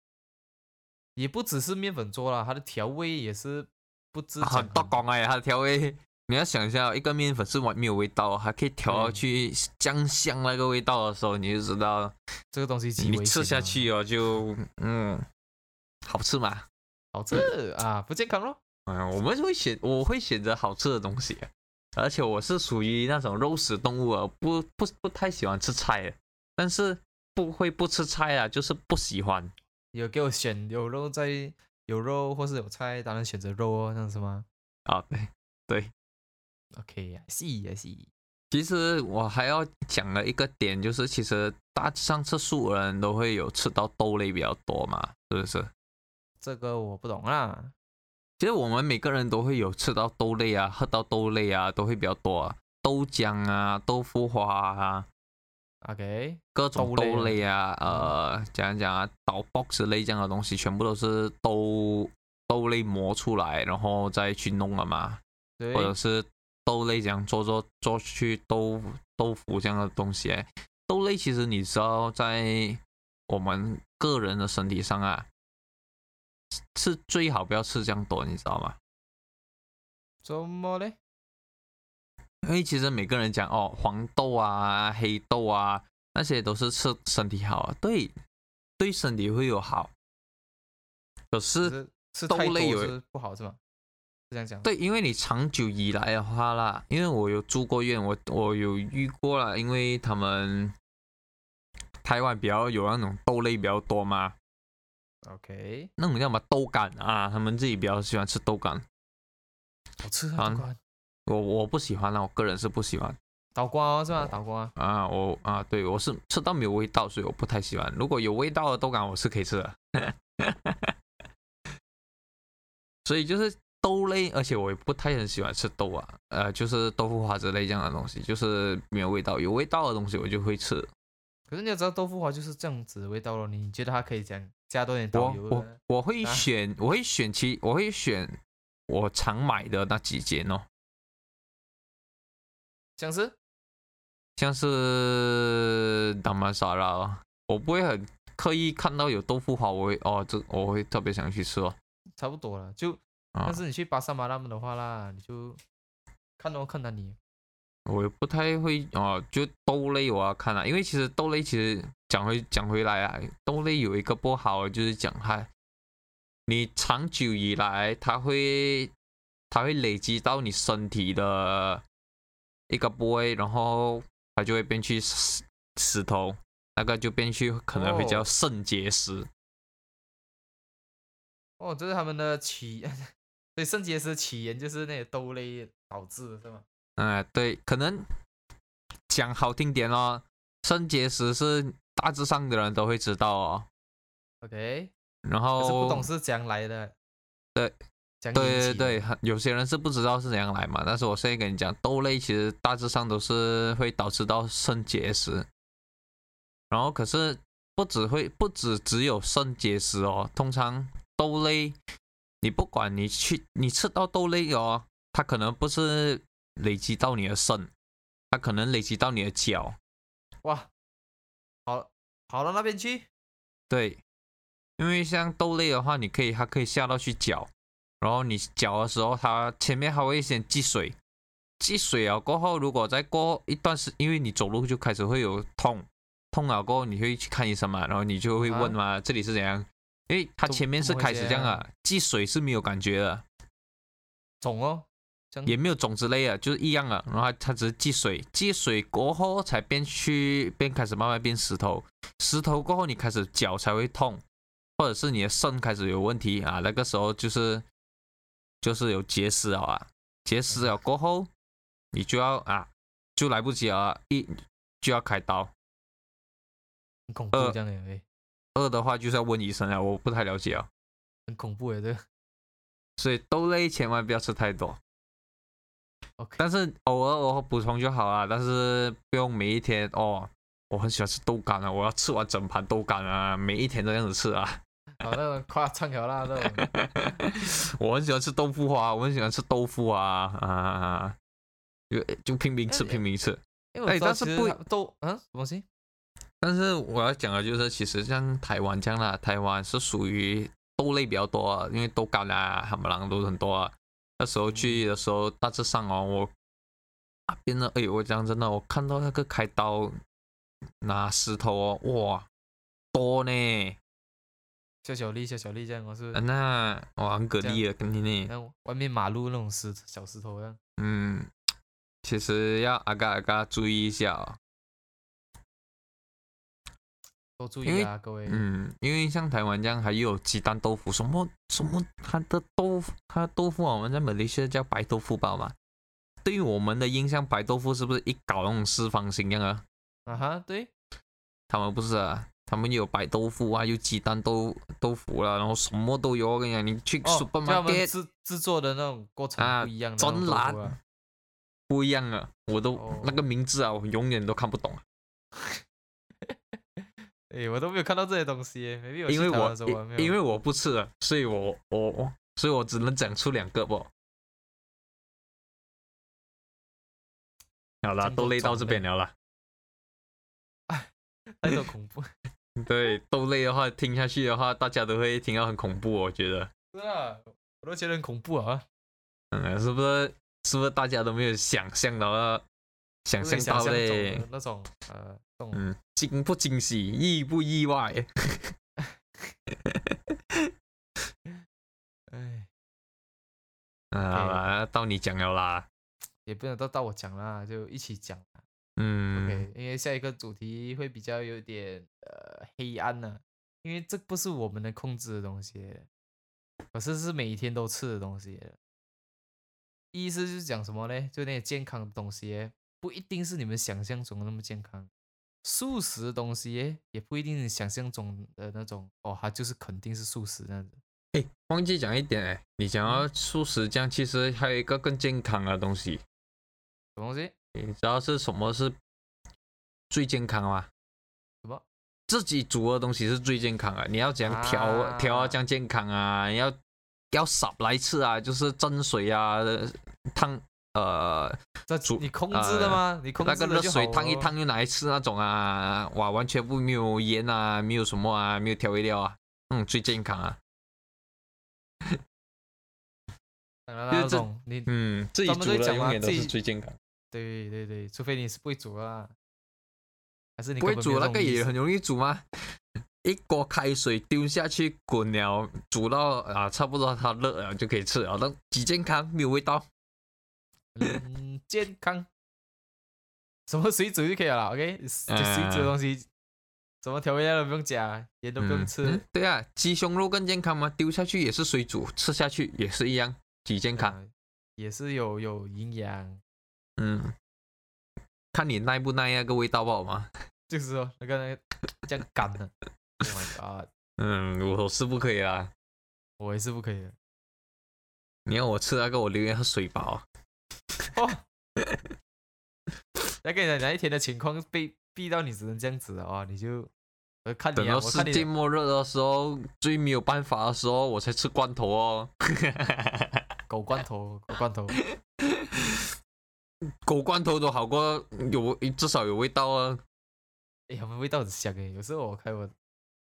[SPEAKER 1] 也不只是面粉做啦，它的调味也是不知
[SPEAKER 2] 啊
[SPEAKER 1] 讲
[SPEAKER 2] 很多
[SPEAKER 1] 很
[SPEAKER 2] 工哎，它的调味。你要想一下，一个面粉是完没有味道，还可以调到
[SPEAKER 1] 对
[SPEAKER 2] 去酱香那个味道的时候，你就知道
[SPEAKER 1] 这个东西极
[SPEAKER 2] 你
[SPEAKER 1] 危
[SPEAKER 2] 吃
[SPEAKER 1] 险
[SPEAKER 2] 下
[SPEAKER 1] 啊，
[SPEAKER 2] 去哦，就嗯，好吃嘛。
[SPEAKER 1] 好吃啊，不健康咯。
[SPEAKER 2] 嗯，我们会选，我会选择好吃的东西，而且我是属于那种肉食动物啊，不不不太喜欢吃菜的，但是不会不吃菜啊，就是不喜欢。
[SPEAKER 1] 有给我选有肉在有肉或是有菜，当然选择肉哦，这样是吗
[SPEAKER 2] 啊， 对对。
[SPEAKER 1] ？OK，I see，I see。
[SPEAKER 2] 其实我还要讲的一个点就是，其实大致上吃素的人都会有吃到豆类比较多嘛，是不是？
[SPEAKER 1] 这个我不懂啦。
[SPEAKER 2] 其实我们每个人都会有吃到豆类啊，喝到豆类啊，都会比较多啊，豆浆啊，豆腐花啊，
[SPEAKER 1] OK，
[SPEAKER 2] 各种
[SPEAKER 1] 豆类啊
[SPEAKER 2] 豆类啊，呃，讲讲啊，倒 box 类这样的东西，全部都是豆豆类磨出来，然后再去弄了嘛，
[SPEAKER 1] 对
[SPEAKER 2] 或，者是豆类这样做做做去豆豆腐这样的东西。豆类其实你知道，在我们个人的身体上啊，是是最好不要吃这样多，你知道吗？
[SPEAKER 1] 怎么嘞？
[SPEAKER 2] 因为其实每个人讲哦，黄豆啊、黑豆啊，那些都是吃身体好啊，对，对身体会有好。可
[SPEAKER 1] 就是是吃
[SPEAKER 2] 豆
[SPEAKER 1] 太多
[SPEAKER 2] 类有
[SPEAKER 1] 是不好是吗？是这样讲。
[SPEAKER 2] 对，因为你长久以来的话啦，因为我有住过院，我我有遇过啦，因为他们台湾比较有那种豆类比较多嘛，
[SPEAKER 1] OK，
[SPEAKER 2] 那种叫什么豆干啊，他们自己比较喜欢吃豆干，
[SPEAKER 1] 好吃
[SPEAKER 2] 好
[SPEAKER 1] 啊，倒瓜，
[SPEAKER 2] 我我不喜欢啦，我个人是不喜欢。
[SPEAKER 1] 倒瓜哦是吧？倒瓜
[SPEAKER 2] 啊，我啊，对我是吃到没有味道，所以我不太喜欢。如果有味道的豆干，我是可以吃的。 所以就是豆类，而且我也不太很喜欢吃豆啊，呃，就是豆腐花之类这样的东西，就是没有味道。有味道的东西我就会吃。
[SPEAKER 1] 可是你也知道豆腐花就是这样子的味道咯，你觉得它可以讲加多点
[SPEAKER 2] 我
[SPEAKER 1] 倒油
[SPEAKER 2] 我
[SPEAKER 1] 呢？
[SPEAKER 2] 我会
[SPEAKER 1] 啊
[SPEAKER 2] 选，我会选其我会选我常买的那几间哦，
[SPEAKER 1] 像是
[SPEAKER 2] 像是达玛莎拉哦，我不会很刻意看到有豆腐花，我会哦，这我会特别想去吃哦。
[SPEAKER 1] 差不多了，就
[SPEAKER 2] 啊、
[SPEAKER 1] 但是你去巴沙马拉姆的话啦，你就看都看到你
[SPEAKER 2] 我也不太会哦，就豆类我要看啊，因为其实豆类其实讲回讲回来啊，豆类有一个不好的就是讲它，你长久以来它会它会累积到你身体的一个部位，然后它就会变去石石头，那个就变去可能会叫
[SPEAKER 1] 哦
[SPEAKER 2] 肾结石。
[SPEAKER 1] 哦，这是他们的起， 所以肾结石起源就是那些豆类导致的是吗？
[SPEAKER 2] 哎，对，可能讲好听点咯，肾结石是大致上的人都会知道哦。
[SPEAKER 1] OK，
[SPEAKER 2] 然
[SPEAKER 1] 可
[SPEAKER 2] 后
[SPEAKER 1] 是不懂是怎样来的，
[SPEAKER 2] 哦对，
[SPEAKER 1] 讲
[SPEAKER 2] 对对对，很有些人是不知道是怎样来嘛，但是我现在跟你讲，豆类其实大致上都是会导致到肾结石，然后可是不只会不只只有肾结石哦，通常豆类，你不管你去你吃到豆类哦，它可能不是累积到你的肾，它可能累积到你的脚，
[SPEAKER 1] 哇，好跑到那边去，
[SPEAKER 2] 对，因为像豆类的话，你可以它可以下到去搅，然后你搅的时候，它前面还会先积水，积水了过后，如果再过一段时，因为你走路就开始会有痛，痛了过后你会去看医生嘛，然后你就会问嘛，这里是怎样？因为它
[SPEAKER 1] 啊怎
[SPEAKER 2] 前面是
[SPEAKER 1] 怎么会
[SPEAKER 2] 开始
[SPEAKER 1] 这
[SPEAKER 2] 这样啊
[SPEAKER 1] 样
[SPEAKER 2] 啊，积水是没有感觉的，
[SPEAKER 1] 肿哦，这样
[SPEAKER 2] 也没有种之类的，就是一样啊。然后它它只是积水，积水过后才变去变开始慢慢变石头，石头过后你开始脚才会痛，或者是你的肾开始有问题啊，那个时候就是就是有结石了啊，结石了过后你就要啊就来不及了啊，一就要开刀，
[SPEAKER 1] 很恐怖
[SPEAKER 2] 呃
[SPEAKER 1] 这样诶，喂
[SPEAKER 2] 二的话就是要问医生了，我不太了解啊，
[SPEAKER 1] 很恐怖诶，这个
[SPEAKER 2] 所以豆类千万不要吃太多。
[SPEAKER 1] OK，
[SPEAKER 2] 但是偶尔我补充就好啦，但是不用每一天哦。我很喜欢吃豆干啊，我要吃完整盘豆干啊，每一天都这样子吃啊。
[SPEAKER 1] 好那种夸张了啦，那
[SPEAKER 2] 哎
[SPEAKER 1] 种
[SPEAKER 2] 我很喜欢吃豆腐花，我很喜欢吃豆腐啊啊，就就拼命吃
[SPEAKER 1] 哎
[SPEAKER 2] 拼命吃。
[SPEAKER 1] 因为我
[SPEAKER 2] 哎
[SPEAKER 1] 知道
[SPEAKER 2] 但是
[SPEAKER 1] 其实
[SPEAKER 2] 不
[SPEAKER 1] 他都啊什么东西
[SPEAKER 2] 但是我要讲的就是，其实像台湾这样啦，台湾是属于豆类比较多啊，因为豆干啊、汉姆朗都很多啊。那时候去的时候，大致上哦，我啊边的，哎，我讲真的，我看到那个开刀拿石头哦，哇，多呢，
[SPEAKER 1] 小小粒小小粒这样，我是
[SPEAKER 2] 嗯呐，哇，很给力的，跟你呢，
[SPEAKER 1] 像外面马路那种石小石头这样。
[SPEAKER 2] 嗯，其实要啊阿嘎阿嘎注意一下、哦，
[SPEAKER 1] 多注
[SPEAKER 2] 因
[SPEAKER 1] 意
[SPEAKER 2] 为
[SPEAKER 1] 啊，各位。
[SPEAKER 2] 嗯，因为像台湾这样，还有鸡蛋豆腐，什么什么，它的豆腐，它的豆腐啊我们在马来西亚叫白豆腐包嘛。对于我们的印象，白豆腐是不是一搞那种四方形样啊？
[SPEAKER 1] 啊哈，对，
[SPEAKER 2] 他们不是啊，他们有白豆腐啊，有鸡蛋豆豆腐啊啦、然后什么都有。我跟你讲，你去
[SPEAKER 1] 哦，就他们
[SPEAKER 2] supermarket、
[SPEAKER 1] 制制作的那种过程
[SPEAKER 2] 啊
[SPEAKER 1] 不一样的那
[SPEAKER 2] 专
[SPEAKER 1] 种豆
[SPEAKER 2] 栏
[SPEAKER 1] 腐啊。
[SPEAKER 2] 不一样啊，我都、
[SPEAKER 1] 哦
[SPEAKER 2] 那个名字啊，我永远都看不懂，
[SPEAKER 1] 诶，我都没有看到这些东西耶，没有。
[SPEAKER 2] 因为我
[SPEAKER 1] 的时候啊没有
[SPEAKER 2] 因为我不吃啊，所以我我我所以我只能讲出两个不。好啦，
[SPEAKER 1] 这么多
[SPEAKER 2] 都累到
[SPEAKER 1] 种
[SPEAKER 2] 这边了啦。
[SPEAKER 1] 太多恐怖。
[SPEAKER 2] 对，豆类的话，听下去的话，大家都会听到很恐怖哦、我觉得，
[SPEAKER 1] 是啊，我都觉得很恐怖啊。
[SPEAKER 2] 嗯，是不是？是不是大家都没有想象到啊？想
[SPEAKER 1] 不是想
[SPEAKER 2] 象到
[SPEAKER 1] 象中
[SPEAKER 2] 嘞
[SPEAKER 1] 的？那种呃，这种
[SPEAKER 2] 嗯，惊不惊喜，意不意外？
[SPEAKER 1] 哎，
[SPEAKER 2] 啊，好啦到你讲了啦。
[SPEAKER 1] 也不能都到我讲啦，就一起讲。
[SPEAKER 2] 嗯
[SPEAKER 1] OK，因为下一个主题会比较有点呃黑暗呢、因为这不是我们能控制的东西，可是是每一天都吃的东西。意思就是讲什么呢？就那些健康的东西，不一定是你们想象中的那么健康。素食的东西也不一定你想象中的那种哦，它就是肯定是素食那样子。
[SPEAKER 2] 哎，忘记讲一点哎，你讲到
[SPEAKER 1] 嗯
[SPEAKER 2] 素食这样，其实还有一个更健康的东西，
[SPEAKER 1] 什么东西？
[SPEAKER 2] 你知道是什么是最健康吗？
[SPEAKER 1] 什么？
[SPEAKER 2] 自己煮的东西是最健康的，你要讲调、
[SPEAKER 1] 啊
[SPEAKER 2] 调啊，这样健康啊，你要要少来吃啊，就是蒸水啊，烫呃
[SPEAKER 1] 这
[SPEAKER 2] 煮
[SPEAKER 1] 你控制的
[SPEAKER 2] 呃
[SPEAKER 1] 吗？你控制
[SPEAKER 2] 那
[SPEAKER 1] 的
[SPEAKER 2] 个热
[SPEAKER 1] 就
[SPEAKER 2] 水
[SPEAKER 1] 好
[SPEAKER 2] 烫一
[SPEAKER 1] 哦
[SPEAKER 2] 烫就拿来吃那种啊，哇，完全不没有盐啊，没有什么啊，没有调味料啊，嗯，最健康啊，
[SPEAKER 1] 当然啦
[SPEAKER 2] 就是
[SPEAKER 1] 那
[SPEAKER 2] 这
[SPEAKER 1] 种你
[SPEAKER 2] 嗯，自己
[SPEAKER 1] 他们
[SPEAKER 2] 煮
[SPEAKER 1] 都会
[SPEAKER 2] 的
[SPEAKER 1] 讲
[SPEAKER 2] 永
[SPEAKER 1] 嘛
[SPEAKER 2] 远都
[SPEAKER 1] 自
[SPEAKER 2] 是
[SPEAKER 1] 己
[SPEAKER 2] 最健康，
[SPEAKER 1] 对对对，除非你是不会煮啊，还是你
[SPEAKER 2] 不会
[SPEAKER 1] 根本没有
[SPEAKER 2] 煮那
[SPEAKER 1] 这种
[SPEAKER 2] 个
[SPEAKER 1] 意
[SPEAKER 2] 也
[SPEAKER 1] 识
[SPEAKER 2] 很容易煮吗？ 一锅开水丢下去滚了，煮到啊差不多它热了就可以吃了，那极健康，没有味道。
[SPEAKER 1] 嗯健康，什么水煮就可以了啦，OK？就 水煮的
[SPEAKER 2] 呃
[SPEAKER 1] 东西，什么调味料都不用加，盐都不用
[SPEAKER 2] 嗯
[SPEAKER 1] 吃，
[SPEAKER 2] 嗯对啊，鸡胸肉更健康吗？丢下去也是水煮，吃下去也是一样，极健康。
[SPEAKER 1] 呃也是有有营养，
[SPEAKER 2] 嗯，看你耐不耐那个味道不好吗？
[SPEAKER 1] 就是说那个那个这样干的，Oh my god，
[SPEAKER 2] 嗯，我是不可以啦。
[SPEAKER 1] 我也是不可以的。
[SPEAKER 2] 你要我吃那个，我宁愿喝水哦饱。
[SPEAKER 1] 那跟你讲，哪一天的情况被逼到你只能这样子的哦，你就我看
[SPEAKER 2] 等
[SPEAKER 1] 你、啊，
[SPEAKER 2] 到
[SPEAKER 1] 我
[SPEAKER 2] 世
[SPEAKER 1] 看你
[SPEAKER 2] 界
[SPEAKER 1] 的，
[SPEAKER 2] 末日的时候，最没有办法的时候，我才吃罐头哦。
[SPEAKER 1] 狗罐头，狗罐头，
[SPEAKER 2] 狗罐头都好过有，至少有味道啊。
[SPEAKER 1] 哎、他们味道很香哎。有时候我开我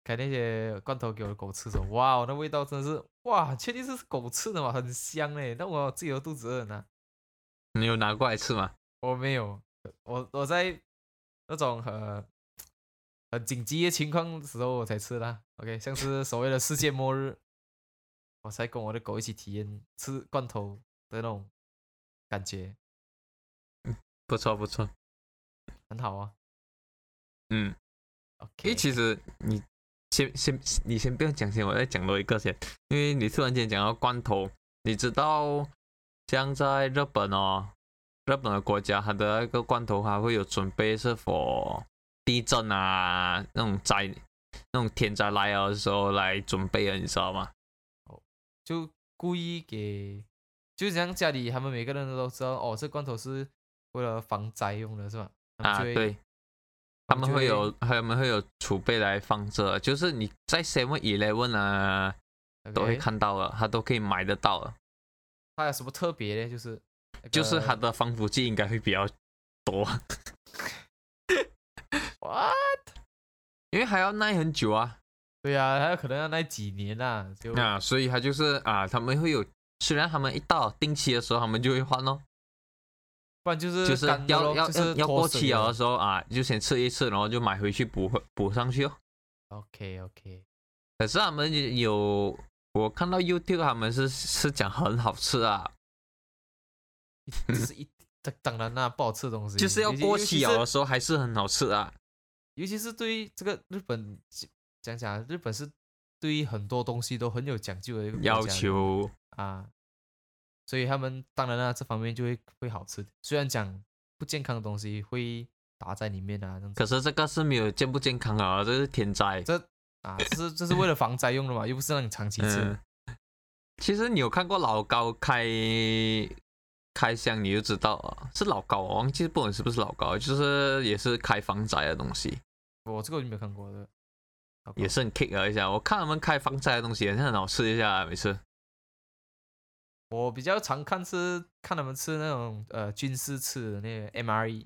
[SPEAKER 1] 开那些罐头给我的狗吃的时候，哇，那味道真的是哇，确定是狗吃的嘛，很香哎。但我自己都肚子饿呢，
[SPEAKER 2] 你有拿过来吃吗？
[SPEAKER 1] 我没有，我我在那种呃很紧急的情况的时候我才吃啦。OK，像是所谓的世界末日，我才跟我的狗一起体验吃罐头的那种感觉，
[SPEAKER 2] 不错不错，
[SPEAKER 1] 很好啊。
[SPEAKER 2] 嗯，因
[SPEAKER 1] OK，
[SPEAKER 2] 为其实你先先你先不要讲先，我再讲多一个先，因为你突然间讲到罐头，你知道像在日本哦，日本的国家它的那个罐头还会有准备是否地震啊那种灾那种天灾来了的时候来准备的，你知道吗？
[SPEAKER 1] 就故意给，就是像家里他们每个人都知道，哦，这罐头是为了防灾用的，是吧？他们
[SPEAKER 2] 啊，
[SPEAKER 1] 就会，
[SPEAKER 2] 对，他们
[SPEAKER 1] 就
[SPEAKER 2] 会
[SPEAKER 1] 会
[SPEAKER 2] 有他们会有储备来放着，就是你在 Seven Eleven 啊都会
[SPEAKER 1] OK，
[SPEAKER 2] 看到了，它都可以买得到了。
[SPEAKER 1] 它有什么特别的？就是那
[SPEAKER 2] 就是
[SPEAKER 1] 个
[SPEAKER 2] 它的防腐剂应该会比较多，
[SPEAKER 1] 哇，
[SPEAKER 2] 因为还要耐很久啊
[SPEAKER 1] 对呀、啊，它有可能要耐几年啊，就
[SPEAKER 2] 啊，所以它就是啊，他们会有，虽然他们一到定期的时候，他们就会换哦，
[SPEAKER 1] 不然就是
[SPEAKER 2] 就是
[SPEAKER 1] 干的
[SPEAKER 2] 要
[SPEAKER 1] 咯
[SPEAKER 2] 要
[SPEAKER 1] 就是
[SPEAKER 2] 要要
[SPEAKER 1] 脱
[SPEAKER 2] 过
[SPEAKER 1] 水
[SPEAKER 2] 期了
[SPEAKER 1] 了
[SPEAKER 2] 的时候啊，就先吃一次，然后就买回去补回补上去哦。
[SPEAKER 1] OK OK，
[SPEAKER 2] 可是他们也有，我看到 YouTube 他们是是讲很好吃啊，
[SPEAKER 1] 就是一 这当然啦、不好吃的东西
[SPEAKER 2] 就是要
[SPEAKER 1] 尤其
[SPEAKER 2] 过
[SPEAKER 1] 尤其
[SPEAKER 2] 期哦了
[SPEAKER 1] 是
[SPEAKER 2] 的时候还是很好吃啊。
[SPEAKER 1] 尤其是对于这个日本讲讲啊，日本是对于很多东西都很有讲究的一个国
[SPEAKER 2] 要
[SPEAKER 1] 家
[SPEAKER 2] 求
[SPEAKER 1] 啊，所以他们当然啦、这方面就会会好吃。虽然讲不健康的东西会打在里面啊，这样子
[SPEAKER 2] 可是这个是没有健不健康啊，这是天灾。
[SPEAKER 1] 这啊，这是这是为了防灾用的嘛，又不是让你长期吃。
[SPEAKER 2] 嗯，其实你有看过老高开开箱，你就知道啊，是老高，我忘记不管是不是老高，就是也是开房宅的东西，
[SPEAKER 1] 我这个我就没有看过的，糟糕
[SPEAKER 2] 也是很 kick 啊了一下。我看他们开房宅的东西也是很好吃一下，每次
[SPEAKER 1] 我比较常看是看他们吃那种呃军事吃的那个 MRE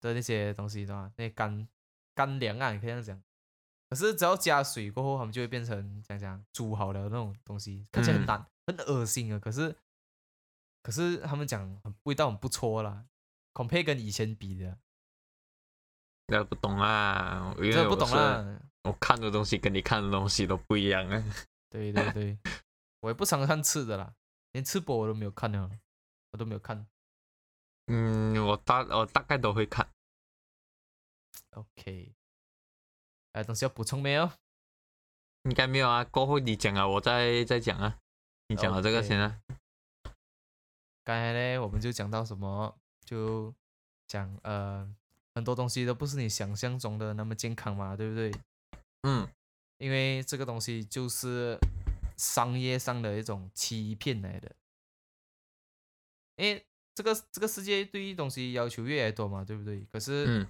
[SPEAKER 1] 的那些东西，对吧？那些干干粮啊，你可以这样讲。可是只要加水过后，他们就会变成讲讲煮好的那种东西，看起来很
[SPEAKER 2] 嗯
[SPEAKER 1] 难、很恶心啊。可是可是他们讲很味道很不错啦，compare 跟以前比的，
[SPEAKER 2] 那不懂啊，因为
[SPEAKER 1] 这不懂
[SPEAKER 2] 我是，
[SPEAKER 1] 啦。
[SPEAKER 2] 我看的东西跟你看的东西都不一样啊。
[SPEAKER 1] 对对对，我也不常看吃的啦，连吃播我都没有看了，我都没有看。
[SPEAKER 2] 嗯，我大我大概都会看。
[SPEAKER 1] OK，哎，东西要补充没有？
[SPEAKER 2] 应该没有啊，过后你讲啊，我再再讲啊。你讲了这个先啊。
[SPEAKER 1] 刚才呢，我们就讲到什么，就讲呃，很多东西都不是你想象中的那么健康嘛，对不对？
[SPEAKER 2] 嗯，
[SPEAKER 1] 因为这个东西就是商业上的一种欺骗来的。因为这个这个世界对于东西要求越来越多嘛，对不对？可是，
[SPEAKER 2] 嗯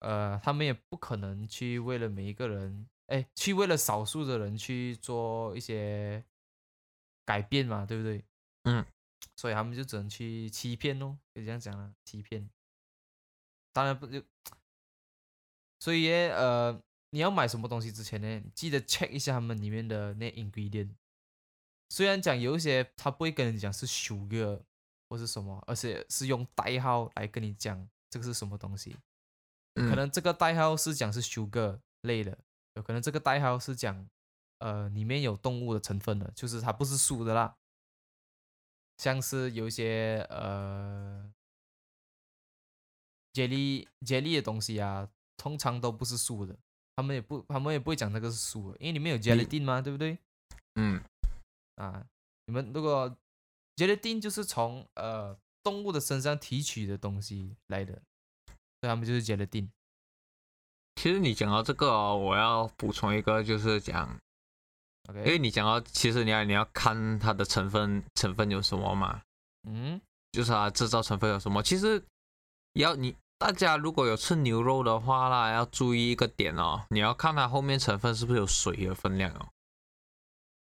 [SPEAKER 1] 呃，他们也不可能去为了每一个人，哎，去为了少数的人去做一些改变嘛，对不对？
[SPEAKER 2] 嗯，
[SPEAKER 1] 所以他们就只能去欺骗咯，可以这样讲啦，欺骗。当然不就，所以耶呃，你要买什么东西之前呢，记得 check 一下他们里面的那 ingredient。虽然讲有一些他不会跟你讲是 sugar 或是什么，而且是用代号来跟你讲这个是什么东西。
[SPEAKER 2] 嗯
[SPEAKER 1] 可能这个代号是讲是 sugar 类的，有可能这个代号是讲呃里面有动物的成分的，就是它不是素的啦。像是有一些呃 jelly jelly 的东西啊，通常都不是素的，他们也不他们也不会讲那个是素的，因为里面有 gelatin 嘛，对不对？
[SPEAKER 2] 嗯
[SPEAKER 1] 啊，你们如果 gelatin 就是从呃动物的身上提取的东西来的，所以他们就是 gelatin。
[SPEAKER 2] 其实你讲到这个、哦，我要补充一个，就是讲，因
[SPEAKER 1] OK，
[SPEAKER 2] 为你讲到，其实你要你要看它的成分成分有什么嘛，
[SPEAKER 1] 嗯，
[SPEAKER 2] 就是它制造成分有什么。其实要你大家如果有吃牛肉的话啦，要注意一个点哦，你要看它后面成分是不是有水的分量哦。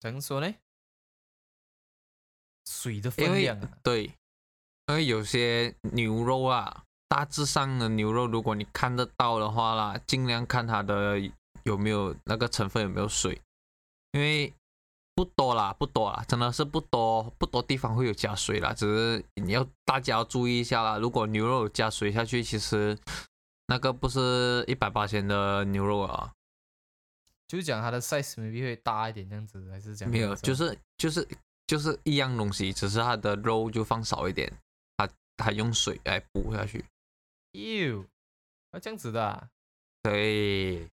[SPEAKER 1] 怎样说呢？水的
[SPEAKER 2] 因
[SPEAKER 1] 分
[SPEAKER 2] 为
[SPEAKER 1] 量啊，
[SPEAKER 2] 对，因为有些牛肉啊，大致上的牛肉，如果你看得到的话啦，尽量看它的有没有那个成分有没有水，因为不多啦，不多啦，真的是不多，不多地方会有加水啦，只是你要大家要注意一下啦。如果牛肉有加水下去，其实那个不是一百八千的牛肉啊，
[SPEAKER 1] 就是讲它的 size maybe 会大一点这样子，还是讲
[SPEAKER 2] 没有，就是就是就是一样东西，只是它的肉就放少一点，它它用水来补下去。
[SPEAKER 1] 哟，要这样子的、啊，
[SPEAKER 2] 对，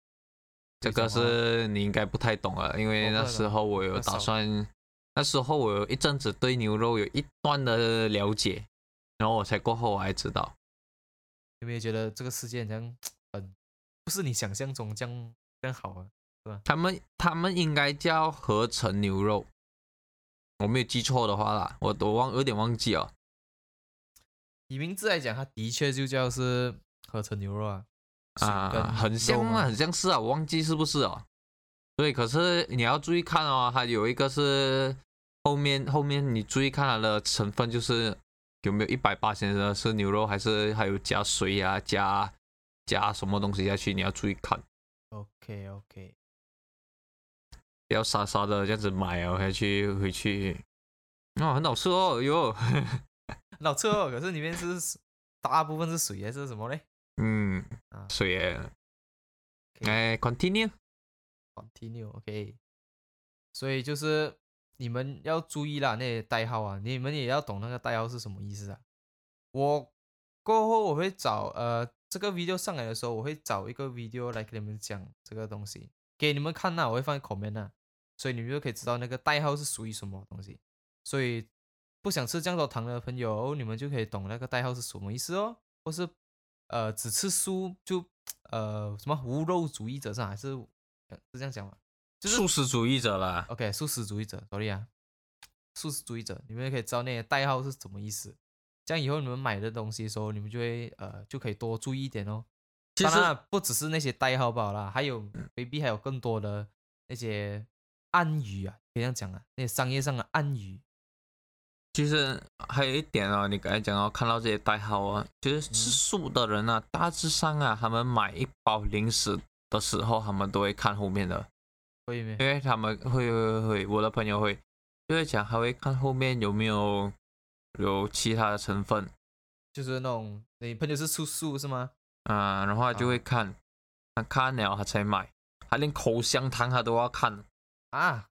[SPEAKER 2] 这个
[SPEAKER 1] 为什么
[SPEAKER 2] 是你应该不太懂了，因为
[SPEAKER 1] 我不
[SPEAKER 2] 那
[SPEAKER 1] 太懂
[SPEAKER 2] 时候我有
[SPEAKER 1] 那
[SPEAKER 2] 打
[SPEAKER 1] 少
[SPEAKER 2] 算，那时候我有一阵子对牛肉有一段的了解，然后我才过后我还知道，
[SPEAKER 1] 有没有觉得这个世界好像很不是你想象中这样这样好啊？
[SPEAKER 2] 他们他们应该叫合成牛肉，我没有记错的话啦，我我忘有点忘记哦了，
[SPEAKER 1] 以名字来讲，它的确就叫是合成牛肉啊，水跟
[SPEAKER 2] 啊，很
[SPEAKER 1] 肉
[SPEAKER 2] 像
[SPEAKER 1] 嘛
[SPEAKER 2] 啊，很像是啊，我忘记是不是哦。对，可是你要注意看哦，它有一个是后面后面你注意看它的成分，就是有没有一百八千的是牛肉，还是还有加水啊，加加什么东西下去，你要注意看，
[SPEAKER 1] OK OK，
[SPEAKER 2] 不要傻傻的这样子买啊回去回去。哦，很好吃哦，哟，
[SPEAKER 1] 老车哦，可是里面是水大部分是水还是什么嘞？
[SPEAKER 2] 嗯
[SPEAKER 1] 啊，
[SPEAKER 2] 水耶，
[SPEAKER 1] 可以
[SPEAKER 2] 哎，continue，
[SPEAKER 1] continue OK，所以就是你们要注意啦，那些代号啊，你们也要懂那个代号是什么意思啊。我过后我会找呃这个 video 上来的时候，我会找一个 video 来给你们讲这个东西，给你们看呐、我会放在 comment 啊，所以你们就可以知道那个代号是属于什么东西。所以不想吃酱豆糖的朋友，你们就可以懂那个代号是什么意思哦，或是呃只吃素就呃什么无肉主义者上还是呃是这样讲吗？就是
[SPEAKER 2] 素食主义者啦，
[SPEAKER 1] OK，素食主义者，sorry 啊，素食主义者，你们也可以知道那些代号是什么意思。这样以后你们买的东西的时候，你们就会呃就可以多注意一点哦。
[SPEAKER 2] 其
[SPEAKER 1] 当
[SPEAKER 2] 实
[SPEAKER 1] 然啦不只是那些代号吧啦，还有 maybe 还有更多的那些暗语啊，可以这样讲啊，那些商业上的暗语。
[SPEAKER 2] 其实还有一点哦，你刚才讲到看到这些代号啊，就是吃素的人啊，大致上啊，他们买一包零食的时候，他们都会看后面的，
[SPEAKER 1] 可以没
[SPEAKER 2] 因？为他们会会会，我的朋友会就会讲，他会看后面有没有有其他的成分
[SPEAKER 1] 就是那种你朋友是吃素是吗？
[SPEAKER 2] 啊、然后他就会看，他看了他才买，他连口香糖他都要看，
[SPEAKER 1] 啊，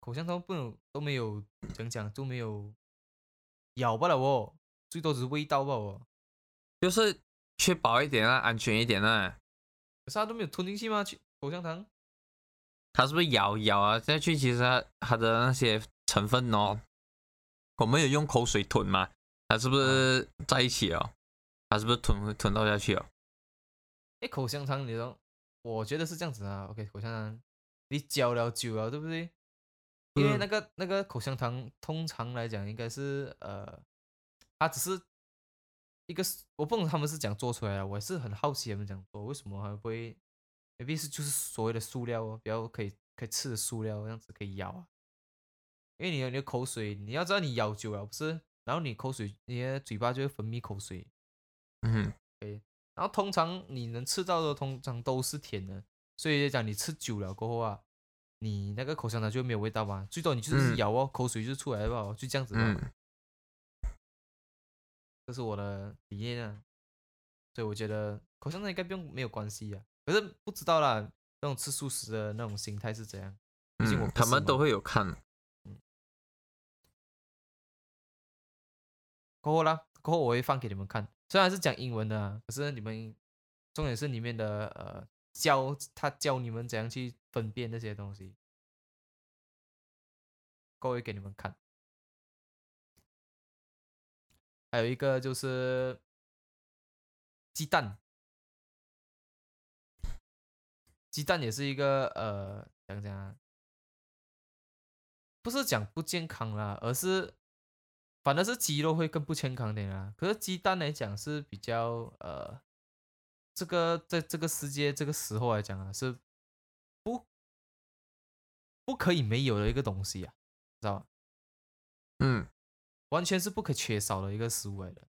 [SPEAKER 1] 口香糖不能都没有怎样讲都没有咬不了哦，最多只是味道吧哦。
[SPEAKER 2] 就是确保一点啊，安全一点啊。
[SPEAKER 1] 可是他都没有吞进去吗？去口香糖？
[SPEAKER 2] 它是不是咬咬啊？再去其实它它的那些成分哦，我们有用口水吞嘛？它是不是
[SPEAKER 1] 嗯
[SPEAKER 2] 在一起哦？它是不是吞吞到下去哦？
[SPEAKER 1] 哎，口香糖，你说，我觉得是这样子啊。OK，口香糖，你嚼了久了，对不对？因为
[SPEAKER 2] 嗯
[SPEAKER 1] 那个那个口香糖，通常来讲应该是呃，它只是一个，我不懂他们是讲做出来的，我也是很好奇他们讲做为什么还会，maybe 是就是所谓的塑料哦，比较可以可以吃的塑料，这样子可以咬啊。因为你的你的口水，你要知道你咬久了不是，然后你口水，你的嘴巴就会分泌口水，
[SPEAKER 2] 嗯，
[SPEAKER 1] 然后通常你能吃到的通常都是甜的，所以讲你吃久了过后啊，你那个口香糖就没有味道嘛，最多你就是
[SPEAKER 2] 嗯
[SPEAKER 1] 咬哦，口水就出来吧，就这样子吧。
[SPEAKER 2] 嗯，
[SPEAKER 1] 这是我的理念啊，所以我觉得口香糖应该不用没有关系啊。可是不知道啦，那种吃素食的那种心态是怎样？毕竟我
[SPEAKER 2] 嗯
[SPEAKER 1] 不
[SPEAKER 2] 他
[SPEAKER 1] 是
[SPEAKER 2] 们
[SPEAKER 1] 嘛
[SPEAKER 2] 都会有看，
[SPEAKER 1] 过后啦，过后我会放给你们看。虽然是讲英文的、啊，可是你们重点是里面的呃教他教你们怎样去分辨那些东西，过后会给你们看。还有一个就是鸡蛋，鸡蛋也是一个呃讲讲、啊，不是讲不健康啦，而是反而是鸡肉会更不健康点啊。可是鸡蛋来讲是比较呃，这个在这个世界这个时候来讲啊，是不不可以没有的一个东西啊，知道吧？
[SPEAKER 2] 嗯，
[SPEAKER 1] 完全是不可缺少的一个食物来的，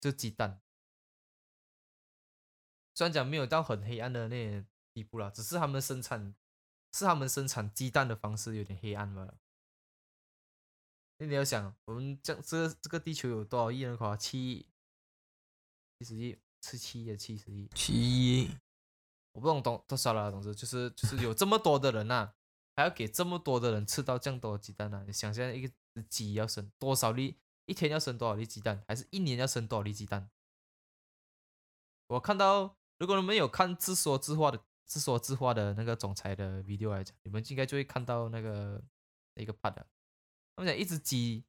[SPEAKER 1] 就鸡蛋。虽然讲没有到很黑暗的那些地步啦，只是他们生产是他们生产鸡蛋的方式有点黑暗罢了。那你要想，我们这这这个地球有多少亿人口啊？七亿，七十亿，十七亿，啊七十亿。
[SPEAKER 2] 其一，
[SPEAKER 1] 我不懂懂多少了，总之就是就是有这么多的人呐、还要给这么多的人吃到这样多的鸡蛋呢、你想象一个只鸡要生多少粒，一天要生多少粒鸡蛋，还是一年要生多少粒鸡蛋？我看到，如果你们有看自说自话的自说自话的那个总裁的 video 来讲，你们应该就会看到那个那个 part 了。他们讲一只鸡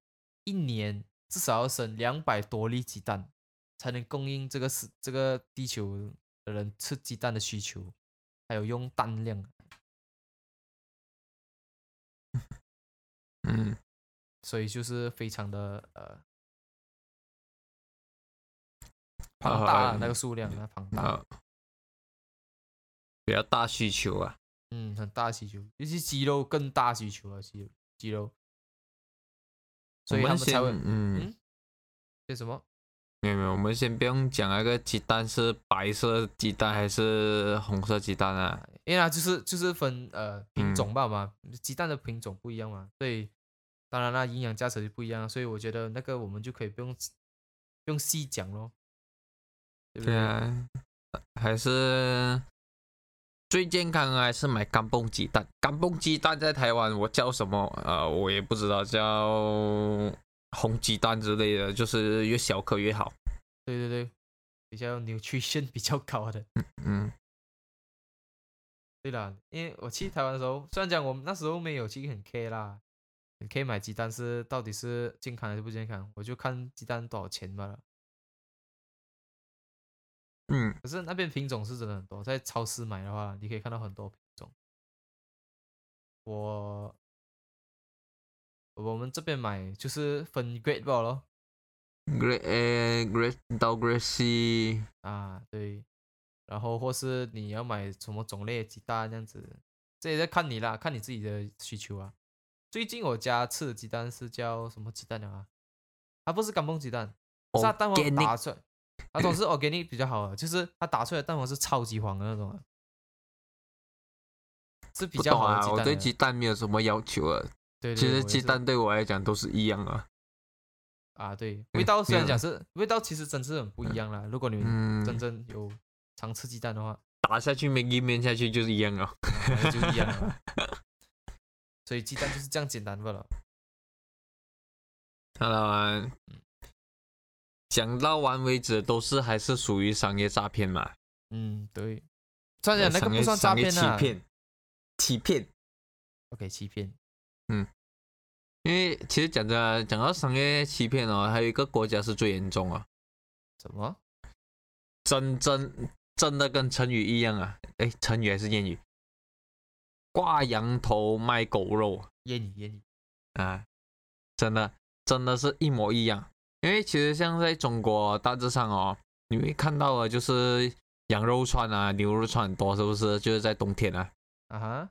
[SPEAKER 1] 一年至少要生两百多粒鸡蛋，才能供应这个世这个地球的人吃鸡蛋的需求，还有用蛋量。
[SPEAKER 2] 嗯，
[SPEAKER 1] 所以就是非常的呃
[SPEAKER 2] 呃
[SPEAKER 1] 庞大、啊那个数量，那庞大，
[SPEAKER 2] 呃，比较大需求啊。
[SPEAKER 1] 嗯，很大需求，尤其鸡肉更大需求啊，鸡肉鸡肉，所以
[SPEAKER 2] 我
[SPEAKER 1] 他
[SPEAKER 2] 们
[SPEAKER 1] 们才
[SPEAKER 2] 先
[SPEAKER 1] 会
[SPEAKER 2] 嗯，
[SPEAKER 1] 嗯这什么
[SPEAKER 2] 没有没有，我们先不用讲那个鸡蛋是白色鸡蛋还是红色鸡蛋啊。
[SPEAKER 1] 啊因为它就是就是分呃品
[SPEAKER 2] 嗯
[SPEAKER 1] 种吧嘛，鸡蛋的品种不一样嘛，所以当然啦，营养价值就不一样，所以我觉得那个我们就可以不用不用细讲咯，对不
[SPEAKER 2] 对啊，还是最健康的还是买干蹦鸡蛋。干蹦鸡蛋在台湾我叫什么？呃，我也不知道，叫红鸡蛋之类的，就是越小颗越好。
[SPEAKER 1] 对对对，比较 nutrition 比较高的。
[SPEAKER 2] 嗯
[SPEAKER 1] 对啦，因为我去台湾的时候，虽然讲我们那时候没有去很 K 啦，很 K 买鸡蛋是到底是健康还是不健康，我就看鸡蛋多少钱罢了。
[SPEAKER 2] 嗯，
[SPEAKER 1] 可是那边品种是真的很多，在超市买的话，你可以看到很多品种。我我们这边买就是分 grade 吧咯，
[SPEAKER 2] Great A、Great 呃到 Great C，
[SPEAKER 1] 啊，对，然后或是你要买什么种类的鸡蛋这样子，这也在看你啦，看你自己的需求啊。最近我家吃的鸡蛋是叫什么鸡蛋了啊？它不是干蹦鸡蛋，是它蛋黄
[SPEAKER 2] Organic
[SPEAKER 1] 打出来，它总是 organic 比较好啊，就是它打出来的蛋黄是超级黄的那种啊，是比
[SPEAKER 2] 不
[SPEAKER 1] 较
[SPEAKER 2] 懂
[SPEAKER 1] 好的
[SPEAKER 2] 啊，
[SPEAKER 1] 鸡蛋
[SPEAKER 2] 我
[SPEAKER 1] 来
[SPEAKER 2] 对
[SPEAKER 1] 的
[SPEAKER 2] 鸡蛋没有什么要求啊。
[SPEAKER 1] 对对，
[SPEAKER 2] 其
[SPEAKER 1] 我
[SPEAKER 2] 实
[SPEAKER 1] 也
[SPEAKER 2] 鸡
[SPEAKER 1] 是
[SPEAKER 2] 蛋对我来讲都是一样啊。
[SPEAKER 1] 啊，对，
[SPEAKER 2] 嗯
[SPEAKER 1] 味道虽
[SPEAKER 2] 没
[SPEAKER 1] 然
[SPEAKER 2] 有
[SPEAKER 1] 讲
[SPEAKER 2] 了
[SPEAKER 1] 是味道，其实真是很不一样啦。如果你们
[SPEAKER 2] 嗯，
[SPEAKER 1] 真正有常吃鸡蛋的话，
[SPEAKER 2] 打下去没一面下去就是一样啊。
[SPEAKER 1] 反正就一样了。所以鸡蛋就是这样简单罢了。
[SPEAKER 2] 当然，讲到完为止，都是还是属于商业诈骗嘛。呃
[SPEAKER 1] 嗯，对。虽然讲哎那个
[SPEAKER 2] 商业
[SPEAKER 1] 不算诈骗
[SPEAKER 2] 商业
[SPEAKER 1] 啊
[SPEAKER 2] 欺骗，欺骗。
[SPEAKER 1] ，OK，欺骗。
[SPEAKER 2] 因为其实讲真啊，讲到商业欺骗哦，还有一个国家是最严重啊，
[SPEAKER 1] 什么？
[SPEAKER 2] 真真真的跟成语一样啊，诶，成语还是谚语？挂羊头卖狗肉
[SPEAKER 1] 烟你烟你。
[SPEAKER 2] 啊，真的真的是一模一样。因为其实像在中国，大致上哦，你会看到的就是羊肉串啊、牛肉串很多，是不是？就是在冬天啊，
[SPEAKER 1] 啊哈，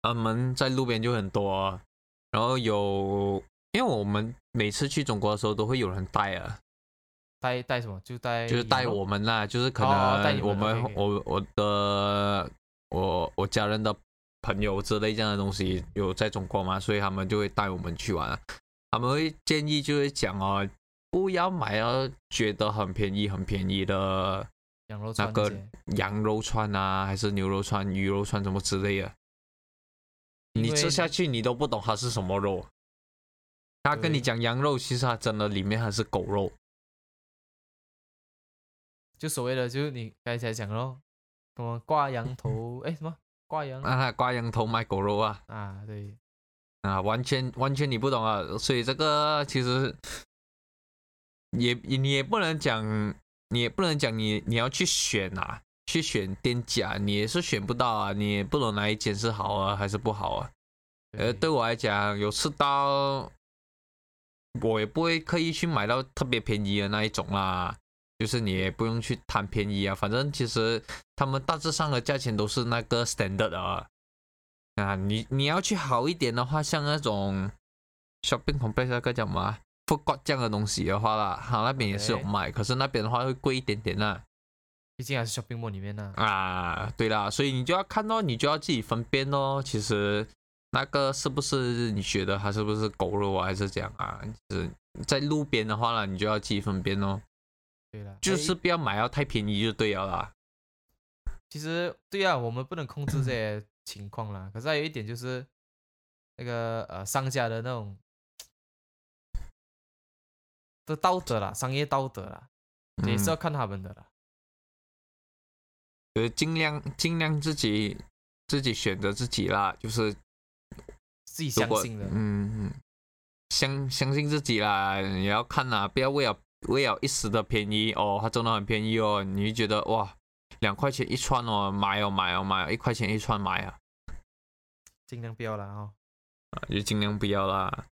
[SPEAKER 2] 他们在路边就很多啊，然后有，因为我们每次去中国的时候都会有人带啊，
[SPEAKER 1] 带带什么？就带
[SPEAKER 2] 就是带
[SPEAKER 1] 羊肉
[SPEAKER 2] 我们啦，就是可
[SPEAKER 1] 哦带你
[SPEAKER 2] 能
[SPEAKER 1] 们
[SPEAKER 2] 我们
[SPEAKER 1] OK，OK
[SPEAKER 2] 我我的我我家人的朋友之类这样的东西有在中国嘛，所以他们就会带我们去玩啊。他们会建议就是讲哦，不要买哦，觉得很便宜很便宜的
[SPEAKER 1] 羊肉
[SPEAKER 2] 那
[SPEAKER 1] 串这
[SPEAKER 2] 个
[SPEAKER 1] 些。
[SPEAKER 2] 羊肉串啊，还是牛肉串、鱼肉串什么之类的。
[SPEAKER 1] 因
[SPEAKER 2] 你
[SPEAKER 1] 为
[SPEAKER 2] 吃下去，你都不懂它是什么肉。他跟你
[SPEAKER 1] 对
[SPEAKER 2] 讲羊肉，其实它真的里面还是狗肉。
[SPEAKER 1] 就所谓的就是你刚才讲咯，什么挂羊头，哎什么挂羊
[SPEAKER 2] 啊，他挂羊头卖狗肉啊
[SPEAKER 1] 啊？对，
[SPEAKER 2] 啊，完全完全你不懂啊。所以这个其实也你也不能讲，你也不能讲你你要去选啊，去选店家，你也是选不到啊，你也不懂哪一间是好啊还是不好啊。呃，对我来讲，有吃到，我也不会刻意去买到特别便宜的那一种啦。就是你也不用去贪便宜啊，反正其实他们大致上的价钱都是那个 standard 的啊。啊，你你要去好一点的话，像那种 shopping complex 那个叫什么啊 food court 这样的东西的话啦，它那边也是有
[SPEAKER 1] OK
[SPEAKER 2] 卖，可是那边的话会贵一点点啦、
[SPEAKER 1] 毕竟还是 shopping mall 里面呐、
[SPEAKER 2] 啊，对啦，所以你就要看到，你就要自己分辨哦。其实那个是不是你觉得它是不是狗肉啊，还是怎样啊？就是在路边的话啦，你就要自己分辨哦，
[SPEAKER 1] 对了，
[SPEAKER 2] 就
[SPEAKER 1] 哎
[SPEAKER 2] 是不要买到太便宜就对了啦。嗯
[SPEAKER 1] 其实对啊，我们不能控制这些情况啦。可是还有一点就是，那个呃商家的那种的道德啦，商业道德啦，也是要
[SPEAKER 2] 嗯，
[SPEAKER 1] 看他们的啦。
[SPEAKER 2] 就是尽量尽量自己自己选择自己啦，就是
[SPEAKER 1] 自己
[SPEAKER 2] 如
[SPEAKER 1] 相
[SPEAKER 2] 果
[SPEAKER 1] 信的，
[SPEAKER 2] 嗯嗯，相相信自己啦，也要看啦，不要为了为了一时的便宜哦，它真的很便宜哦，你会觉得哇，两块钱一串哦，买哦买哦买哦，一块钱一串买啊，
[SPEAKER 1] 尽量不要啦哦，
[SPEAKER 2] 啊就尽量不要啦。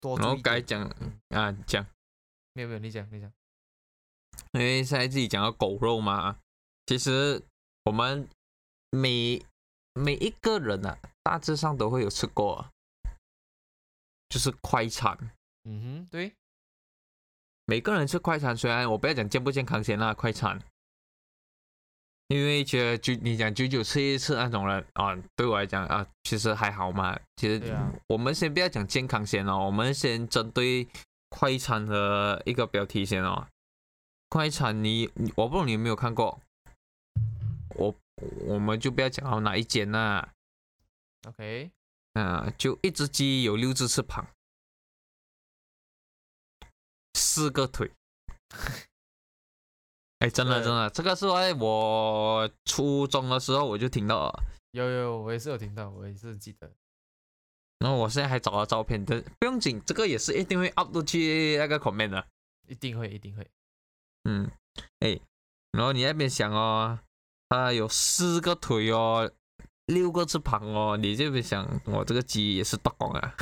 [SPEAKER 1] 多
[SPEAKER 2] 然
[SPEAKER 1] 注
[SPEAKER 2] 后
[SPEAKER 1] 意
[SPEAKER 2] 该
[SPEAKER 1] 点。
[SPEAKER 2] 讲
[SPEAKER 1] 嗯
[SPEAKER 2] 啊讲，
[SPEAKER 1] 没有没有，你讲你讲，
[SPEAKER 2] 因为现在自己讲到狗肉嘛，其实我们每每一个人啊，大致上都会有吃过，啊就是快餐。
[SPEAKER 1] 嗯哼，对，
[SPEAKER 2] 每个人吃快餐，虽然我不要讲健不健康先啦，快餐，因为觉得就你讲久久吃一次那种人啊，对我来讲啊，其实还好嘛。其实
[SPEAKER 1] 对啊
[SPEAKER 2] 我们先不要讲健康先哦，我们先针对快餐的一个标题先哦。快餐你，你我不懂你有没有看过，我我们就不要讲到哦哪一间啊啦、
[SPEAKER 1] ，OK，
[SPEAKER 2] 嗯，就一只鸡有六只翅膀，四个腿。哎，真的
[SPEAKER 1] 对
[SPEAKER 2] 真的，这个是在我初中的时候我就听到了，
[SPEAKER 1] 有有，我也是有听到，我也是记得，
[SPEAKER 2] 然后我现在还找到照片，但不用紧，这个也是一定会 up 出去那个 comment 的。
[SPEAKER 1] 一定会一定会，
[SPEAKER 2] 嗯，哎，然后你那边想哦，它有四个腿哦，六个翅膀哦，你这边想，我这个鸡也是大公啊。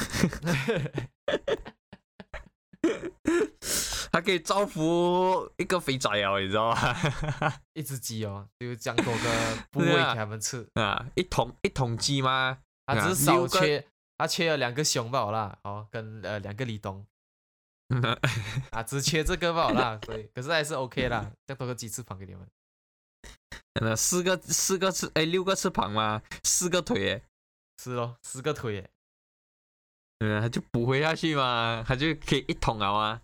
[SPEAKER 2] 它可以造福一个肥仔哦，你知道吗？
[SPEAKER 1] 一只鸡哦，就这样多个部位
[SPEAKER 2] 对啊
[SPEAKER 1] 给他们吃，
[SPEAKER 2] 啊，一桶一桶鸡吗？
[SPEAKER 1] 他
[SPEAKER 2] 对啊
[SPEAKER 1] 只是少
[SPEAKER 2] 六个
[SPEAKER 1] 缺，他缺了两个熊吧好啦，哦，跟呃两个李东
[SPEAKER 2] 嗯
[SPEAKER 1] 啊，只缺这个吧好啦，所以可是还是 OK 啦，再多个鸡翅膀给你们，
[SPEAKER 2] 那四个四个翅哎，六个翅膀吗？四个腿哎，
[SPEAKER 1] 吃咯，四个腿耶，
[SPEAKER 2] 嗯，它就补回下去嘛，它就可以一桶了啊，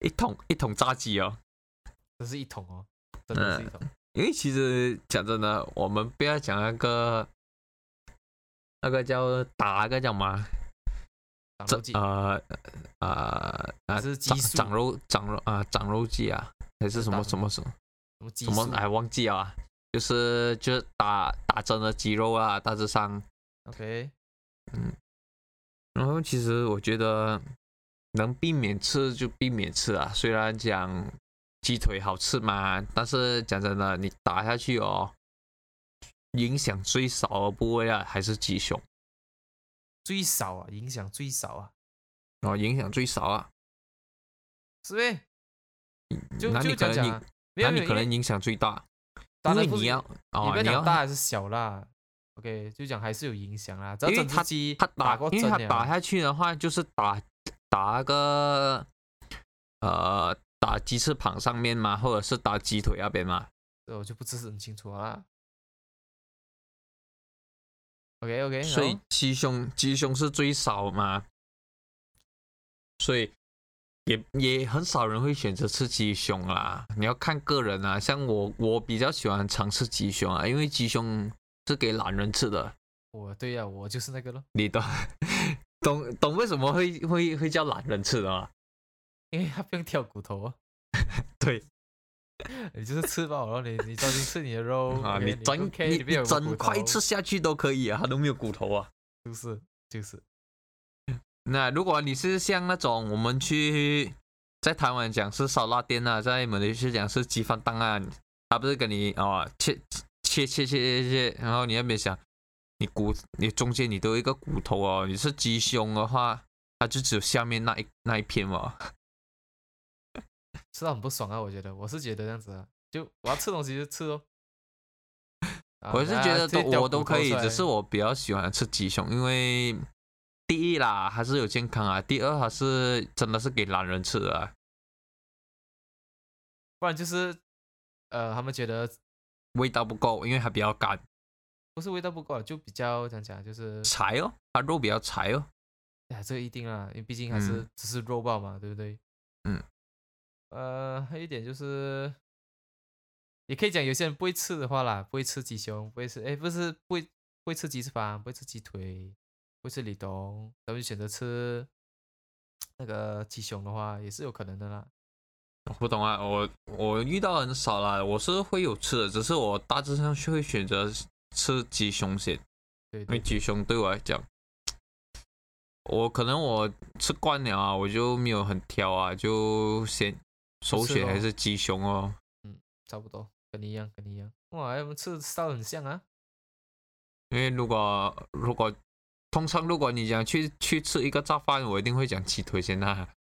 [SPEAKER 2] 一桶一桶炸鸡哦。
[SPEAKER 1] 这是一桶哦，真的是
[SPEAKER 2] 嗯
[SPEAKER 1] 一桶，
[SPEAKER 2] 因为其实讲真的，我们不要讲那个那个叫打那个叫什么啊？
[SPEAKER 1] 长
[SPEAKER 2] 这
[SPEAKER 1] 肉鸡，
[SPEAKER 2] 呃呃
[SPEAKER 1] 还
[SPEAKER 2] 啊，
[SPEAKER 1] 是激
[SPEAKER 2] 长
[SPEAKER 1] 素
[SPEAKER 2] 长肉长肉啊，长肉鸡啊，还是什么
[SPEAKER 1] 知道
[SPEAKER 2] 什么什么？
[SPEAKER 1] 什么激
[SPEAKER 2] 什么
[SPEAKER 1] 素
[SPEAKER 2] 哎忘记了啊，就是就是打打针的肌肉啊，大致上，嗯
[SPEAKER 1] ，OK，
[SPEAKER 2] 然后其实我觉得能避免吃就避免吃啊，虽然讲鸡腿好吃嘛，但是讲真的，你打下去哦，影响最少的部位啊还是鸡胸，
[SPEAKER 1] 最少啊，影响最少啊，
[SPEAKER 2] 然后影响最少啊，
[SPEAKER 1] 是呗？就
[SPEAKER 2] 嗯那
[SPEAKER 1] 就
[SPEAKER 2] 你
[SPEAKER 1] 这
[SPEAKER 2] 可
[SPEAKER 1] 样
[SPEAKER 2] 能
[SPEAKER 1] 讲
[SPEAKER 2] 影
[SPEAKER 1] 啊，没有
[SPEAKER 2] 那
[SPEAKER 1] 没
[SPEAKER 2] 你
[SPEAKER 1] 有
[SPEAKER 2] 可
[SPEAKER 1] 因为
[SPEAKER 2] 能影响最大，
[SPEAKER 1] 当
[SPEAKER 2] 因为
[SPEAKER 1] 然不
[SPEAKER 2] 你
[SPEAKER 1] 是
[SPEAKER 2] 要
[SPEAKER 1] 你
[SPEAKER 2] 哦
[SPEAKER 1] 不要
[SPEAKER 2] 你
[SPEAKER 1] 讲
[SPEAKER 2] 要
[SPEAKER 1] 大还是小啦，OK，就讲还是有影响啦。只要
[SPEAKER 2] 因为
[SPEAKER 1] 整只鸡
[SPEAKER 2] 他打，
[SPEAKER 1] 过
[SPEAKER 2] 因
[SPEAKER 1] 针
[SPEAKER 2] 为他
[SPEAKER 1] 了，
[SPEAKER 2] 打下去的话，就是打打那个呃打鸡翅膀上面嘛，或者是打鸡腿那边嘛，
[SPEAKER 1] 这我就不是很清楚了啊啦。OK OK，
[SPEAKER 2] 所以鸡胸鸡胸是最少嘛，所以也也很少人会选择吃鸡胸啦。你要看个人啊，像我我比较喜欢常吃鸡胸啊，因为鸡胸是给懒人吃的，
[SPEAKER 1] 我对呀、我就是那个咯，
[SPEAKER 2] 你懂懂懂为什么会会会叫懒人吃的吗？
[SPEAKER 1] 因为他不用挑骨头啊，
[SPEAKER 2] 对。
[SPEAKER 1] 你就是吃饱了，你你专心吃你的肉
[SPEAKER 2] 啊，
[SPEAKER 1] ，OK，
[SPEAKER 2] 你
[SPEAKER 1] 不
[SPEAKER 2] 整
[SPEAKER 1] care
[SPEAKER 2] 你
[SPEAKER 1] 里面有没有骨
[SPEAKER 2] 整块
[SPEAKER 1] 头
[SPEAKER 2] 吃下去都可以啊，它都没有骨头啊。
[SPEAKER 1] 就是就是
[SPEAKER 2] 那如果你是像那种我们去在台湾讲是烧腊店啊，在马来西亚讲是鸡饭档啊，他不是跟你哦切切切切切切，然后你那边想你骨你中间你都有一个骨头哦，你是鸡胸的话，它就只有下面那一那一片哦嘛。
[SPEAKER 1] 吃到很不爽啊，我觉得我是觉得这样子啊，就我要吃东西就吃哦。啊
[SPEAKER 2] 我是
[SPEAKER 1] 等
[SPEAKER 2] 觉
[SPEAKER 1] 下
[SPEAKER 2] 得
[SPEAKER 1] 自
[SPEAKER 2] 都
[SPEAKER 1] 己挑
[SPEAKER 2] 我都
[SPEAKER 1] 骨头
[SPEAKER 2] 可以
[SPEAKER 1] 出，来
[SPEAKER 2] 只是我比较喜欢吃鸡胸，因为第一啦还是有健康啊，第二还是真的是给懒人吃的、啊。
[SPEAKER 1] 不然就是，呃，他们觉得
[SPEAKER 2] 味道不够，因为它比较干
[SPEAKER 1] 不是味道不够啊，就比较怎样讲，就是
[SPEAKER 2] 柴哦，它肉比较柴哦。
[SPEAKER 1] 哎，这个一定啦，因为毕竟还是、
[SPEAKER 2] 嗯
[SPEAKER 1] 只是肉爆嘛，对不对？
[SPEAKER 2] 嗯。
[SPEAKER 1] 呃，还有一点就是，也可以讲有些人不会吃的话啦，不会吃鸡胸，不会吃，哎，不是不会不会吃鸡翅膀，不会吃鸡腿，不会吃里东，咱们选择吃那个鸡胸的话，也是有可能的啦。
[SPEAKER 2] 我不懂啊，我我遇到很少啦，我是会有吃的，只是我大致上是会选择吃鸡胸先，
[SPEAKER 1] 对
[SPEAKER 2] 因为
[SPEAKER 1] 对，
[SPEAKER 2] 鸡胸对我来讲，我可能我吃惯了啊，我就没有很挑啊，就先首
[SPEAKER 1] 吃
[SPEAKER 2] 选
[SPEAKER 1] 咯
[SPEAKER 2] 还是鸡胸哦。
[SPEAKER 1] 差不多，跟你一样，跟你一样。哇，哎我们吃烧很像啊。
[SPEAKER 2] 因为如果如果通常如果你讲去去吃一个炸饭，我一定会讲鸡腿先啦、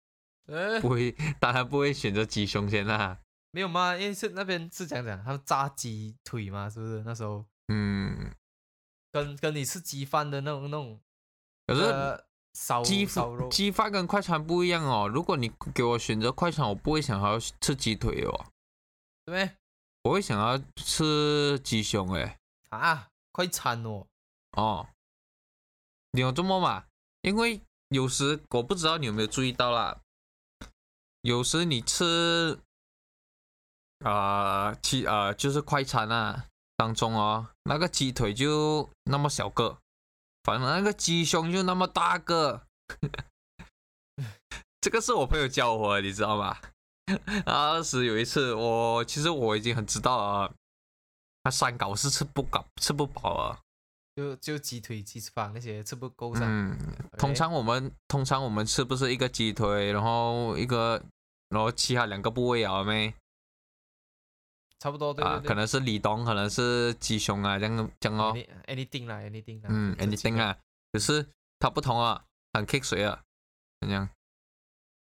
[SPEAKER 1] 哎
[SPEAKER 2] 不，会，当然不会选择鸡胸先啦、
[SPEAKER 1] 没有嘛，因为是那边是讲讲他们炸鸡腿嘛，是不是？那时候
[SPEAKER 2] 嗯，
[SPEAKER 1] 跟跟你吃鸡饭的那种那种
[SPEAKER 2] 可是
[SPEAKER 1] 呃烧
[SPEAKER 2] 鸡
[SPEAKER 1] 烧肉，
[SPEAKER 2] 鸡饭跟快餐不一样哦。如果你给我选择快餐，我不会想要吃鸡腿哦，
[SPEAKER 1] 对不对？
[SPEAKER 2] 我会想要吃鸡胸诶。
[SPEAKER 1] 啊，快餐哦，
[SPEAKER 2] 哦，你有这么嘛？因为有时我不知道你有没有注意到啦，有时你吃啊鸡啊就是快餐啊当中哦，那个鸡腿就那么小个，反正那个鸡胸就那么大个。 这个是我朋友教我的，你知道吗？啊，当时有一次我其实我已经很知道啊，那三高是吃不饱吃不饱啊。
[SPEAKER 1] 就就鸡腿、鸡翅膀那些吃不够噻。
[SPEAKER 2] 嗯，
[SPEAKER 1] OK
[SPEAKER 2] 通常我们通常我们吃不是一个鸡腿，然后一个，然后其他两个部位啊没
[SPEAKER 1] 差不多，对对
[SPEAKER 2] 啊，
[SPEAKER 1] 对。
[SPEAKER 2] 可能是里东，可能是鸡胸啊，这样这样哦，
[SPEAKER 1] Any- anything 啦，anything 啦。
[SPEAKER 2] 嗯
[SPEAKER 1] 这几
[SPEAKER 2] ，anything
[SPEAKER 1] 个，
[SPEAKER 2] 啊，可是它不同啊，很 kick 水啊，怎样？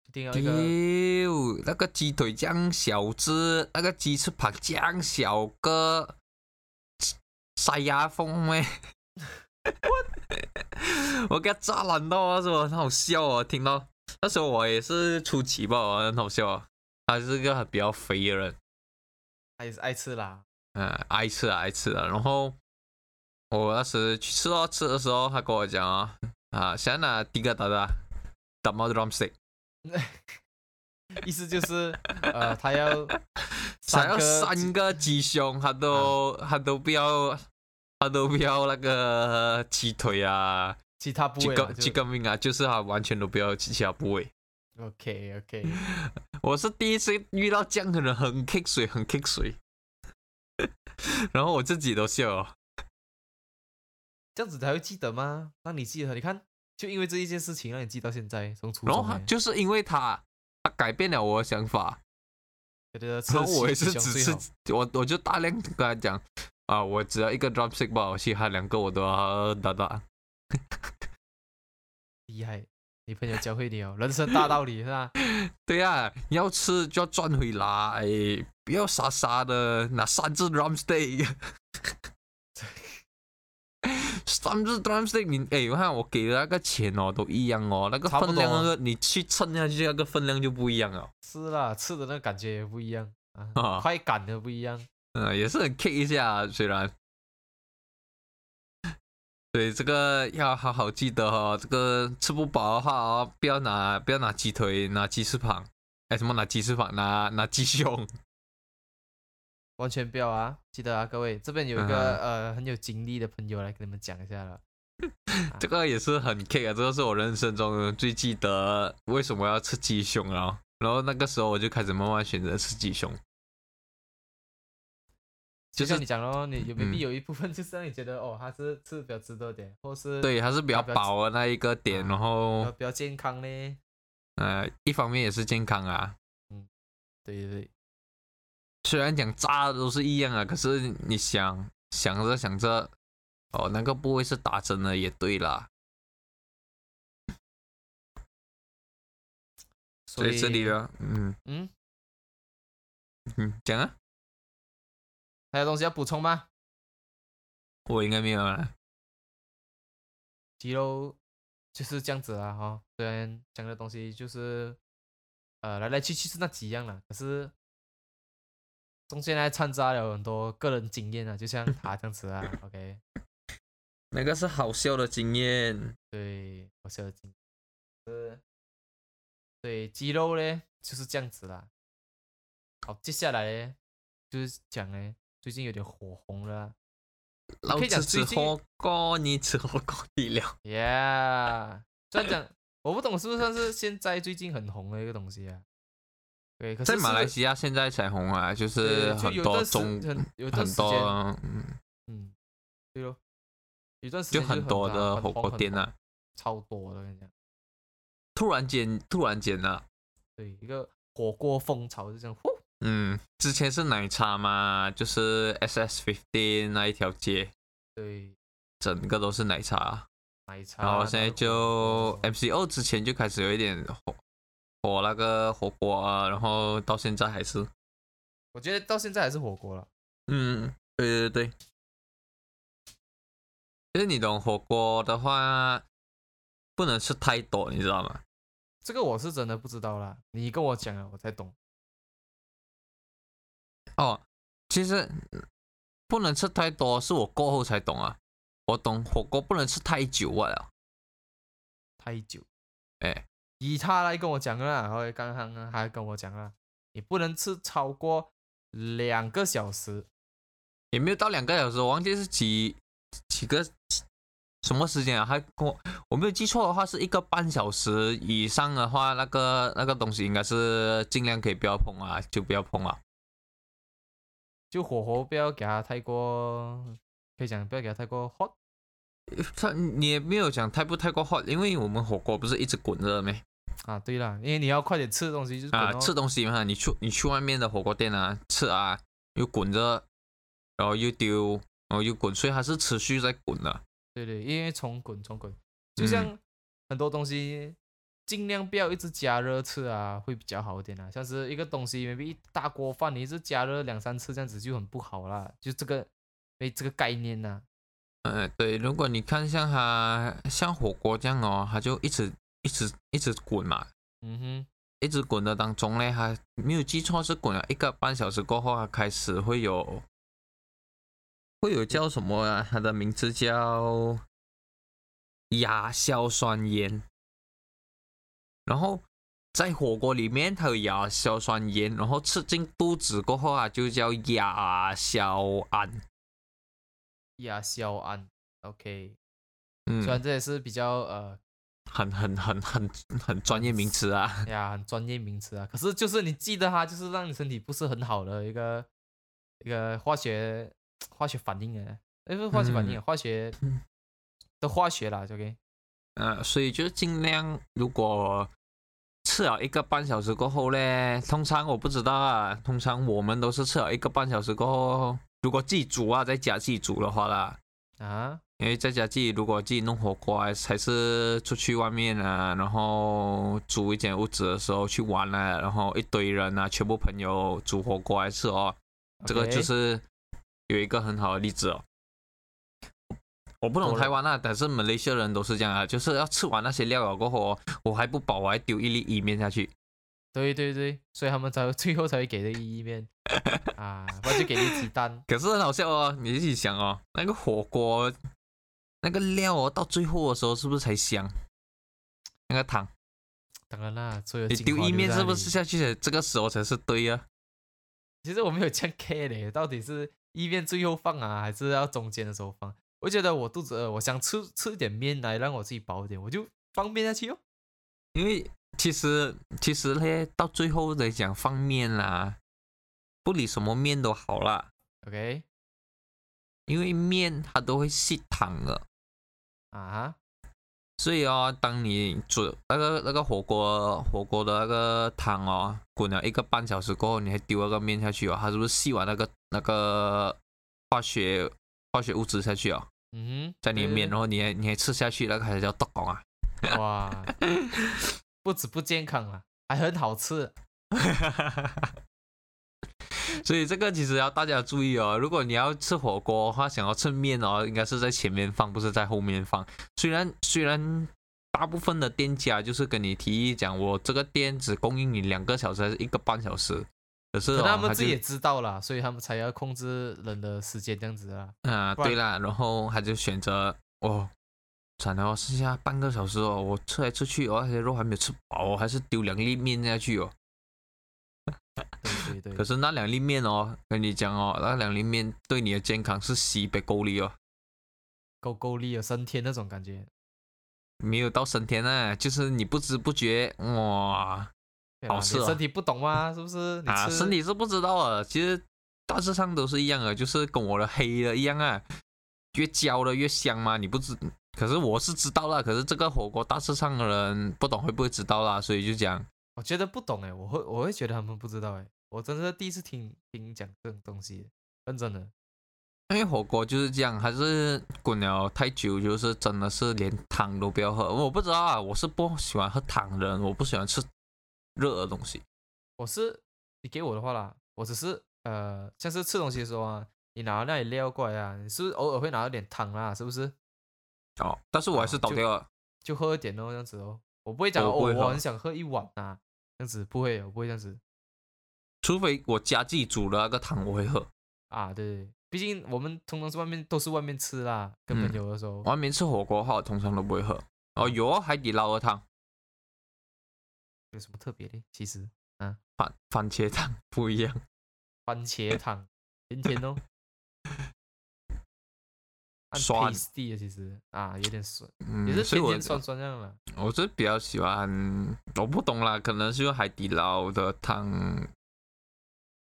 [SPEAKER 1] 一定要
[SPEAKER 2] 丢
[SPEAKER 1] 一个，
[SPEAKER 2] 那个鸡腿这样小只，那个鸡翅膀这样小个，塞牙缝咩？ 我给他炸烂到啊，是吧？很好笑啊，听到那时候我也是初期吧，很好笑啊。他是个比较肥的人，
[SPEAKER 1] 他也是爱吃啦。
[SPEAKER 2] 嗯，爱吃啊，爱吃啊。然后我那时去吃到吃的时候，他跟我讲啊，啊，想拿第个打打，打毛 drumstick，
[SPEAKER 1] 意思就是，呃，他要
[SPEAKER 2] 想要
[SPEAKER 1] 个
[SPEAKER 2] 三啊
[SPEAKER 1] 鸡
[SPEAKER 2] 个鸡胸，他都、他都不要， 他都不要那个鸡腿啊，
[SPEAKER 1] 其他部
[SPEAKER 2] 鸡
[SPEAKER 1] 位啦
[SPEAKER 2] 肝鸡
[SPEAKER 1] 就。
[SPEAKER 2] 肝命啊，就是他完全都不要其他部位。
[SPEAKER 1] OK OK，
[SPEAKER 2] 我是第一次遇到这样的人，很 kick 水，很 kick 水， 然后我自己都笑了。
[SPEAKER 1] 这样子才会记得吗？让你记得，你看，就因为这一件事情让你记到现在，从初
[SPEAKER 2] 然后
[SPEAKER 1] 中
[SPEAKER 2] 他
[SPEAKER 1] 欸。
[SPEAKER 2] 就是因为他，他改变了我的想法，
[SPEAKER 1] 觉得吃
[SPEAKER 2] 然后我也
[SPEAKER 1] 鸡
[SPEAKER 2] 是
[SPEAKER 1] 胸
[SPEAKER 2] 只
[SPEAKER 1] 最
[SPEAKER 2] 吃
[SPEAKER 1] 好，
[SPEAKER 2] 我我就大量跟他讲啊，我只要一个 dropstick 吧，我其他两个我都要呃打打。
[SPEAKER 1] 厉害，你朋友教会你哦，人生大道理是吧？
[SPEAKER 2] 对呀、啊，你要吃就要赚回来，哎不要傻傻的拿三只 drumstick。三只 drumstick，你哎，我看我给的那个钱哦，都一样哦，那个
[SPEAKER 1] 差不
[SPEAKER 2] 分量
[SPEAKER 1] 多
[SPEAKER 2] 那
[SPEAKER 1] 啊
[SPEAKER 2] 个你去称下去，那个分量就不一样哦了。
[SPEAKER 1] 是啦，吃的那个感觉也不一样啊
[SPEAKER 2] 啊，
[SPEAKER 1] 快感的不一样。
[SPEAKER 2] 嗯，也是很 kick 一下啊，虽然。对，这个要好好记得哦。这个吃不饱的话哦，不要拿不要拿鸡腿，拿鸡翅膀，哎，什么拿鸡翅膀，拿拿鸡胸。
[SPEAKER 1] 完全不要啊！记得啊，各位，这边
[SPEAKER 2] 嗯
[SPEAKER 1] 有一个、呃很有经历的朋友来跟你们讲一下了。
[SPEAKER 2] 这个也是很 K 啊，这个是我人生中最记得为什么要吃鸡胸啊。然后那个时候我就开始慢慢选择吃鸡胸，
[SPEAKER 1] 就
[SPEAKER 2] 就
[SPEAKER 1] 像
[SPEAKER 2] 是
[SPEAKER 1] 你讲咯，你有
[SPEAKER 2] 嗯
[SPEAKER 1] maybe 有一部分就是让你觉得、哦，它是吃得比较值得点，或是
[SPEAKER 2] 对，哦它是比较
[SPEAKER 1] 啊比较
[SPEAKER 2] 薄的那一个点，
[SPEAKER 1] 啊
[SPEAKER 2] 然
[SPEAKER 1] 比
[SPEAKER 2] 后
[SPEAKER 1] 较比较健康嘞。
[SPEAKER 2] 呃，一方面也是健康啊。
[SPEAKER 1] 对对对，
[SPEAKER 2] 虽然讲炸的都是一样啊，可是你想想着想着，哦，那个部位是打针的，也对啦。
[SPEAKER 1] 所以
[SPEAKER 2] 这里的，嗯
[SPEAKER 1] 嗯，
[SPEAKER 2] 嗯，讲啊，
[SPEAKER 1] 还有东西要补充吗？
[SPEAKER 2] 我应该没有啊了。
[SPEAKER 1] 肌肉就是这样子啊哈、哦，虽然讲的东西就是呃来来去去是那几样啦，可是中间还掺杂了很多个人经验啊，就像他这样子啊，OK。
[SPEAKER 2] 那个是好笑的经验，
[SPEAKER 1] 对，我是有经，是，对，鸡肉嘞就是这样子啦。好，接下来嘞就是讲哎，最近有点火红了啊、
[SPEAKER 2] 老
[SPEAKER 1] 可以讲
[SPEAKER 2] 子
[SPEAKER 1] 最
[SPEAKER 2] 吃
[SPEAKER 1] 近
[SPEAKER 2] 火锅，你吃火锅底料。
[SPEAKER 1] Yeah，虽然讲我不懂是不是算是现在最近很红的一个东西啊。对，可是
[SPEAKER 2] 在马
[SPEAKER 1] 是
[SPEAKER 2] 来西亚现在才红啊，就
[SPEAKER 1] 对
[SPEAKER 2] 是
[SPEAKER 1] 就
[SPEAKER 2] 很
[SPEAKER 1] 有
[SPEAKER 2] 多
[SPEAKER 1] 段时
[SPEAKER 2] 中
[SPEAKER 1] 很有段
[SPEAKER 2] 很
[SPEAKER 1] 时间，
[SPEAKER 2] 多嗯
[SPEAKER 1] 嗯，对咯，有段时间
[SPEAKER 2] 就很多的火锅店
[SPEAKER 1] 啊，
[SPEAKER 2] 啊，
[SPEAKER 1] 超多的，我跟你讲，
[SPEAKER 2] 突然间突然间啊，
[SPEAKER 1] 对，一个火锅风潮就这样，呼，
[SPEAKER 2] 嗯，之前是奶茶嘛，就是 SS fifteen 那一条街，
[SPEAKER 1] 对，
[SPEAKER 2] 整个都是奶茶，啊
[SPEAKER 1] 奶茶，
[SPEAKER 2] 然后现在
[SPEAKER 1] 然后
[SPEAKER 2] 就
[SPEAKER 1] 啊火锅
[SPEAKER 2] 哎 MCO 之前就开始有一点火火那个火锅啊，然后到现在还是，
[SPEAKER 1] 我觉得到现在还是火锅了，
[SPEAKER 2] 嗯，对对对，就是你懂火锅的话，不能吃太多，你知道吗？
[SPEAKER 1] 这个我是真的不知道啦，你跟我讲了我才懂，
[SPEAKER 2] 哦，其实嗯不能吃太多，是我过后才懂啊。我懂火锅不能吃太久啊了。
[SPEAKER 1] 太久，
[SPEAKER 2] 哎，
[SPEAKER 1] 以他来跟我讲的啦，然后刚刚呢还跟我讲了，你不能吃超过两个小时，
[SPEAKER 2] 也没有到两个小时，我忘记是几几个什么时间啊？还跟我我没有记错的话，是一个半小时以上的话，那个那个东西应该是尽量可以不要碰啊，就不要碰啊。
[SPEAKER 1] 就火候不要给它太过，可以讲不要给它太过 hot，
[SPEAKER 2] 它你也没有讲太不太过 hot，因为我们火锅不是一直滚热没？
[SPEAKER 1] 啊，对啦，因为你要快点吃的东西就是滚哦
[SPEAKER 2] 啊，
[SPEAKER 1] 咯
[SPEAKER 2] 吃东西嘛，你去你去外面的火锅店啊，吃啊，又滚着，然后又丢，然后又滚，所以它是持续在滚的。
[SPEAKER 1] 对对，因为重滚重滚，就像很多东西尽量不要一直加热吃啊，会比较好一点啊。像是一个东西，maybe 一大锅饭，你一直加热两三次，这样子就很不好啦。就这个，哎，这个概念呐、
[SPEAKER 2] 嗯、对，如果你看像它像火锅这样哦，它就一直一直一直滚嘛，
[SPEAKER 1] 嗯哼，
[SPEAKER 2] 一直滚的当中呢，它没有记错是滚了一个半小时过后，它开始会有会有叫什么啊？它的名字叫亚硝酸盐。然后在火锅里面，它有亚硝酸盐，然后吃进肚子过后啊，就叫亚硝胺。
[SPEAKER 1] 亚硝胺，OK，、虽
[SPEAKER 2] 嗯，
[SPEAKER 1] 然这也是比较呃
[SPEAKER 2] 很很很很很专业名词啊。
[SPEAKER 1] 哎呀很专业名词啊，可是就是你记得它，就是让你身体不是很好的一个一个化学化学反应啊，哎不是化学反应啊、化 学
[SPEAKER 2] 嗯
[SPEAKER 1] 的化学啦，OK。
[SPEAKER 2] 呃，所以就尽量，如果吃了一个半小时过后嘞，通常我不知道啊，通常我们都是吃了一个半小时过后，如果自己煮啊，在家自己煮的话啦，
[SPEAKER 1] 啊，
[SPEAKER 2] 因为在家自己如果自己弄火锅啊，还是出去外面啊，然后租一间屋子的时候去玩啊，然后一堆人啊，全部朋友煮火锅来吃哦，这个就
[SPEAKER 1] OK
[SPEAKER 2] 是有一个很好的例子哦。我不懂
[SPEAKER 1] 多了
[SPEAKER 2] 台湾啊，但是马来西亚人都是这样啊，就是要吃完那些料了过后、哦，我还不饱，我还丢一粒意面下去。
[SPEAKER 1] 对对对，所以他们才会 最后才会给的意面啊，不然就给你鸡蛋。
[SPEAKER 2] 可是很好笑哦，你自己想哦，那个火锅那个料哦，到最后的时候是不是才香？那个汤，
[SPEAKER 1] 当然啦，所有
[SPEAKER 2] 你
[SPEAKER 1] 精
[SPEAKER 2] 丢
[SPEAKER 1] 华
[SPEAKER 2] 意
[SPEAKER 1] 留
[SPEAKER 2] 面
[SPEAKER 1] 在
[SPEAKER 2] 是
[SPEAKER 1] 那
[SPEAKER 2] 不
[SPEAKER 1] 里
[SPEAKER 2] 是？下去？这个时候才是对啊呀、
[SPEAKER 1] 其实我没有这样 care 嘞，到底是意面最后放啊，还是要中间的时候放？我觉得我肚子饿，我想吃吃一点面来让我自己饱一点，我就放面下去哦。
[SPEAKER 2] 因为其实其实嘞，到最后来讲放面啦，不理什么面都好啦。
[SPEAKER 1] OK
[SPEAKER 2] 因为面它都会吸糖的，
[SPEAKER 1] 啊哈，
[SPEAKER 2] 所以哦，当你煮那个那个火锅火锅的那个汤哦，滚了一个半小时过后，你还丢那个面下去哦，它是不是吸完那个那个化学化学物质下去哦，
[SPEAKER 1] 嗯哼，
[SPEAKER 2] 在里
[SPEAKER 1] 对
[SPEAKER 2] 面，
[SPEAKER 1] 对
[SPEAKER 2] 然后你还你还吃下去，那个才叫豆干啊。
[SPEAKER 1] 对哇， 不止不健康啊，还很好吃。
[SPEAKER 2] 哦 所以这个其实要大家注意哦，如果你要吃火锅的话，想要吃面哦，应该是在前面放，不是在后面放。虽然虽然大部分的店家就是跟你提议讲，我这个店只供应你两个小时还是一个半小时，可是、
[SPEAKER 1] 可能
[SPEAKER 2] 哦、
[SPEAKER 1] 他们
[SPEAKER 2] 它
[SPEAKER 1] 自己
[SPEAKER 2] 就
[SPEAKER 1] 也知道啦，所以他们才要控制人的时间这样子啦。
[SPEAKER 2] 啊、
[SPEAKER 1] 不然
[SPEAKER 2] 对啦，然后他就选择哦，惨了哦，剩下半个小时哦，我吃来吃去哦，那些肉还没有吃饱哦，还是丢两粒面下去哦。
[SPEAKER 1] 对对
[SPEAKER 2] 可是那两粒面哦，跟你讲哦，那两粒面对你的健康是西北够力哦，
[SPEAKER 1] 够够力啊，升天那种感觉，
[SPEAKER 2] 没有到升天啊，就是你不知不觉哇
[SPEAKER 1] 对
[SPEAKER 2] 好
[SPEAKER 1] 啦
[SPEAKER 2] 吃
[SPEAKER 1] 你
[SPEAKER 2] 啊
[SPEAKER 1] 身体不懂吗？是不是？你
[SPEAKER 2] 啊，
[SPEAKER 1] 吃
[SPEAKER 2] 身体是不知道啊，其实大致上都是一样的，就是跟我的黑的一样啊，越焦的越香嘛，你不知，可是我是知道啦，可是这个火锅大致上的人不懂会不会知道啦，所以就讲
[SPEAKER 1] 我觉得不懂哎，我会我会觉得他们不知道哎，我真的第一次听听讲这种东西，认真的。
[SPEAKER 2] 因为火锅就是这样，还是滚了太久，就是真的是连汤都不要喝。我不知道啊，我是不喜欢喝汤的人，我不喜欢吃热的东西。
[SPEAKER 1] 我是你给我的话啦，我只是呃，像是吃东西的时候啊，你拿那里料过来啊，你是不是偶尔会拿到点汤啦？是不是？
[SPEAKER 2] 哦，但是我还是倒掉了。
[SPEAKER 1] 就喝一点哦，这样子哦。我不会讲
[SPEAKER 2] 我
[SPEAKER 1] 哦，
[SPEAKER 2] 不会喝
[SPEAKER 1] 我很想喝一碗啊，这样子不会，我不会这样子
[SPEAKER 2] 除非我家自己煮的那个汤我会喝，
[SPEAKER 1] 啊。对对，毕竟我们通常是外面都是外面吃啦，跟
[SPEAKER 2] 嗯
[SPEAKER 1] 朋友的时候、
[SPEAKER 2] 外面吃火锅的话，我通常都不会喝。哦，有哦，海底捞的汤，
[SPEAKER 1] 有什么特别的？其实
[SPEAKER 2] 番番茄汤不一样。
[SPEAKER 1] 番 茄汤，甜甜哦，按
[SPEAKER 2] 酸
[SPEAKER 1] tasty 的其实啊，有点酸，
[SPEAKER 2] 嗯，
[SPEAKER 1] 也是
[SPEAKER 2] 所以
[SPEAKER 1] 甜
[SPEAKER 2] 我
[SPEAKER 1] 甜酸酸这样啦。
[SPEAKER 2] 我是比较喜欢，我不懂啦，可能是因为海底捞的汤，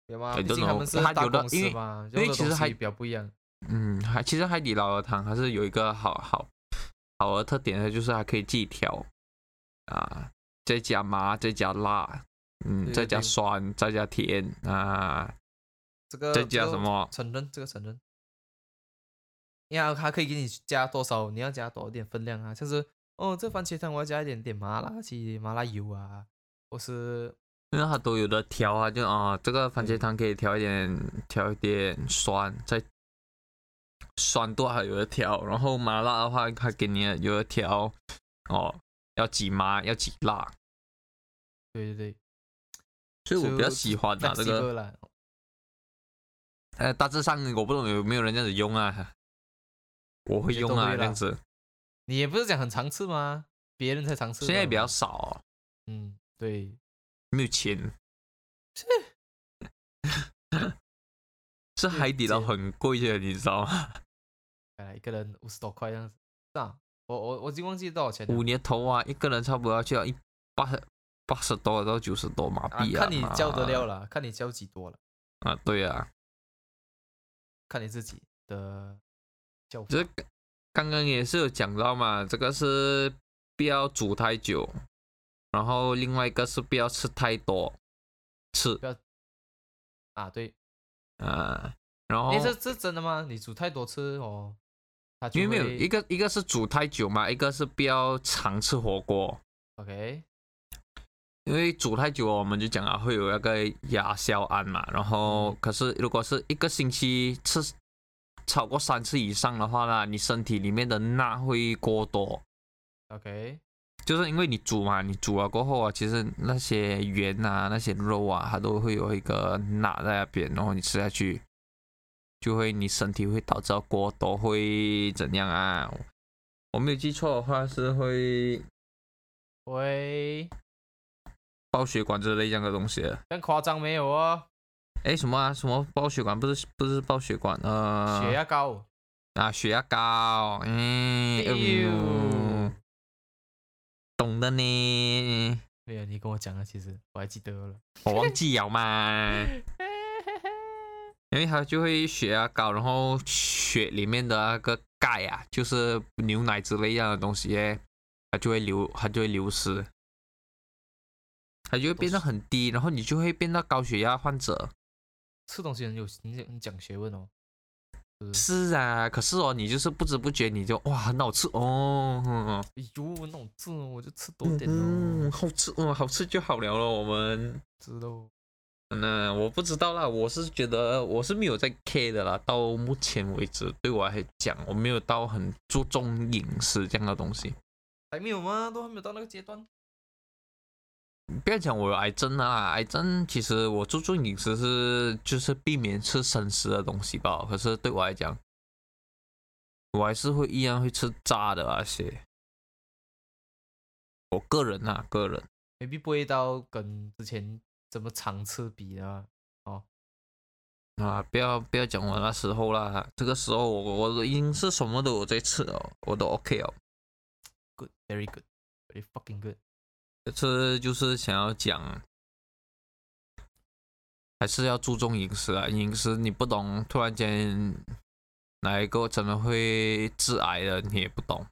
[SPEAKER 1] 有吗？
[SPEAKER 2] I
[SPEAKER 1] 毕
[SPEAKER 2] don't
[SPEAKER 1] 竟他
[SPEAKER 2] know，
[SPEAKER 1] 们是
[SPEAKER 2] 它
[SPEAKER 1] 大
[SPEAKER 2] 有的
[SPEAKER 1] 公
[SPEAKER 2] 因
[SPEAKER 1] 司
[SPEAKER 2] 为
[SPEAKER 1] 嘛，
[SPEAKER 2] 因为
[SPEAKER 1] 用的
[SPEAKER 2] 其实
[SPEAKER 1] 东西
[SPEAKER 2] 还
[SPEAKER 1] 比较不一样。
[SPEAKER 2] 嗯，还其实海底捞的汤还是有一个好好好的特点的，就是还可以自己调啊，再加麻，再加辣，嗯，
[SPEAKER 1] 对
[SPEAKER 2] 再加
[SPEAKER 1] 对
[SPEAKER 2] 酸，再加甜啊，
[SPEAKER 1] 这个
[SPEAKER 2] 再
[SPEAKER 1] 这
[SPEAKER 2] 加
[SPEAKER 1] 个
[SPEAKER 2] 什么？
[SPEAKER 1] 承认这个承认，你看它可以给你加多少，你要加多少点分量啊？像是哦，这番茄汤我要加一点点麻辣鸡麻辣油啊，或是
[SPEAKER 2] 因为它都有的调啊，就啊，这个番茄
[SPEAKER 1] 对
[SPEAKER 2] 汤可以调一点，调一点酸，再酸度还有的调，然后麻辣的话，它给你的有的调哦，要几麻，要几辣，
[SPEAKER 1] 对对对，
[SPEAKER 2] 所以我比较
[SPEAKER 1] 就
[SPEAKER 2] 喜欢啊拿、这个。
[SPEAKER 1] Mexico 啦，
[SPEAKER 2] 呃，大致上我不懂有没有人这样子用啊，我会用
[SPEAKER 1] 我觉得都
[SPEAKER 2] 啊
[SPEAKER 1] 会啦
[SPEAKER 2] 这样子，
[SPEAKER 1] 你也不是讲很常吃吗？别人才常吃，
[SPEAKER 2] 现在比较，少哦、
[SPEAKER 1] 嗯，对，
[SPEAKER 2] 没有钱， 是海底捞很贵的，你知道 吗？
[SPEAKER 1] 本来一个人五十多块这样子，是啊，我我我已经忘记多少钱了
[SPEAKER 2] 五年头啊，一个人差不多要去到一八十八十多到九十多马
[SPEAKER 1] 啊，
[SPEAKER 2] 币
[SPEAKER 1] 看你
[SPEAKER 2] 妈
[SPEAKER 1] 交得了了，看你交几多了，
[SPEAKER 2] 啊，对啊，
[SPEAKER 1] 看你自己的交法。
[SPEAKER 2] 这刚刚也是有讲到嘛，这个是不要煮太久，然后另外一个是不要吃太多，吃
[SPEAKER 1] 啊，对，
[SPEAKER 2] 啊，然后
[SPEAKER 1] 哎，这这真的吗？你煮太多次哦，它就
[SPEAKER 2] 因为没有
[SPEAKER 1] 会
[SPEAKER 2] 一个一个是煮太久嘛，一个是不要常吃火锅，
[SPEAKER 1] OK，
[SPEAKER 2] 因为煮太久哦我们就讲啊会有那个亚硝胺嘛，然后
[SPEAKER 1] 嗯
[SPEAKER 2] 可是如果是一个星期吃超过三次以上的话呢，你身体里面的钠会过多，
[SPEAKER 1] OK，
[SPEAKER 2] 就是因为你煮嘛，你煮了过后啊，其实那些圆啊、那些肉啊，它都会有一个钠在那边，然后你吃下去，就会你身体会导致到过多，会怎样啊？我没有记错的话是会
[SPEAKER 1] 喂，
[SPEAKER 2] 爆血管之类这样的东西的。
[SPEAKER 1] 这样夸张没有哦？
[SPEAKER 2] 哎，什么啊？什么爆血管？不是不是爆血管，呃，
[SPEAKER 1] 血压高，
[SPEAKER 2] 啊，血压高，嗯，
[SPEAKER 1] 哎呦
[SPEAKER 2] 嗯懂的呢，
[SPEAKER 1] 没有你跟我讲了，其实我还记得了。
[SPEAKER 2] 我忘记了嘛。因为它就会血压高，然后血里面的那个钙啊，就是牛奶之类一样的东西耶，它就会流，它就会流失，它就会变得很低，然后你就会变到高血压患者。
[SPEAKER 1] 吃东西很有很很讲学问哦，是不是？
[SPEAKER 2] 是啊，可是哦，你就是不知不觉你就哇，很好吃哦，
[SPEAKER 1] 哎呦，那种吃哦我就吃多点
[SPEAKER 2] 嗯，
[SPEAKER 1] 哦，
[SPEAKER 2] 好吃哦，好吃就好了咯，我们。
[SPEAKER 1] 吃喽。
[SPEAKER 2] 嗯，我不知道啦，我是觉得我是没有在 care 的啦。到目前为止，对我来讲，我没有到很注重饮食这样的东西。
[SPEAKER 1] 还没有吗？都还没有到那个阶段。
[SPEAKER 2] 不要讲我有癌症啊，癌症其实我注重饮食是就是避免吃生食的东西吧。可是对我来讲，我还是会依然会吃炸的那些。我个人啊，个人
[SPEAKER 1] maybe 不会到跟之前这么常吃比啊，
[SPEAKER 2] 啊，不要不要讲我那时候啦，这个时候我我已经是什么都有在吃了，我都 OK 哦了。
[SPEAKER 1] Good, very good, very fucking good。
[SPEAKER 2] 这次就是想要讲，还是要注重饮食啊，饮食你不懂，突然间哪一个真的会致癌的，你也不懂。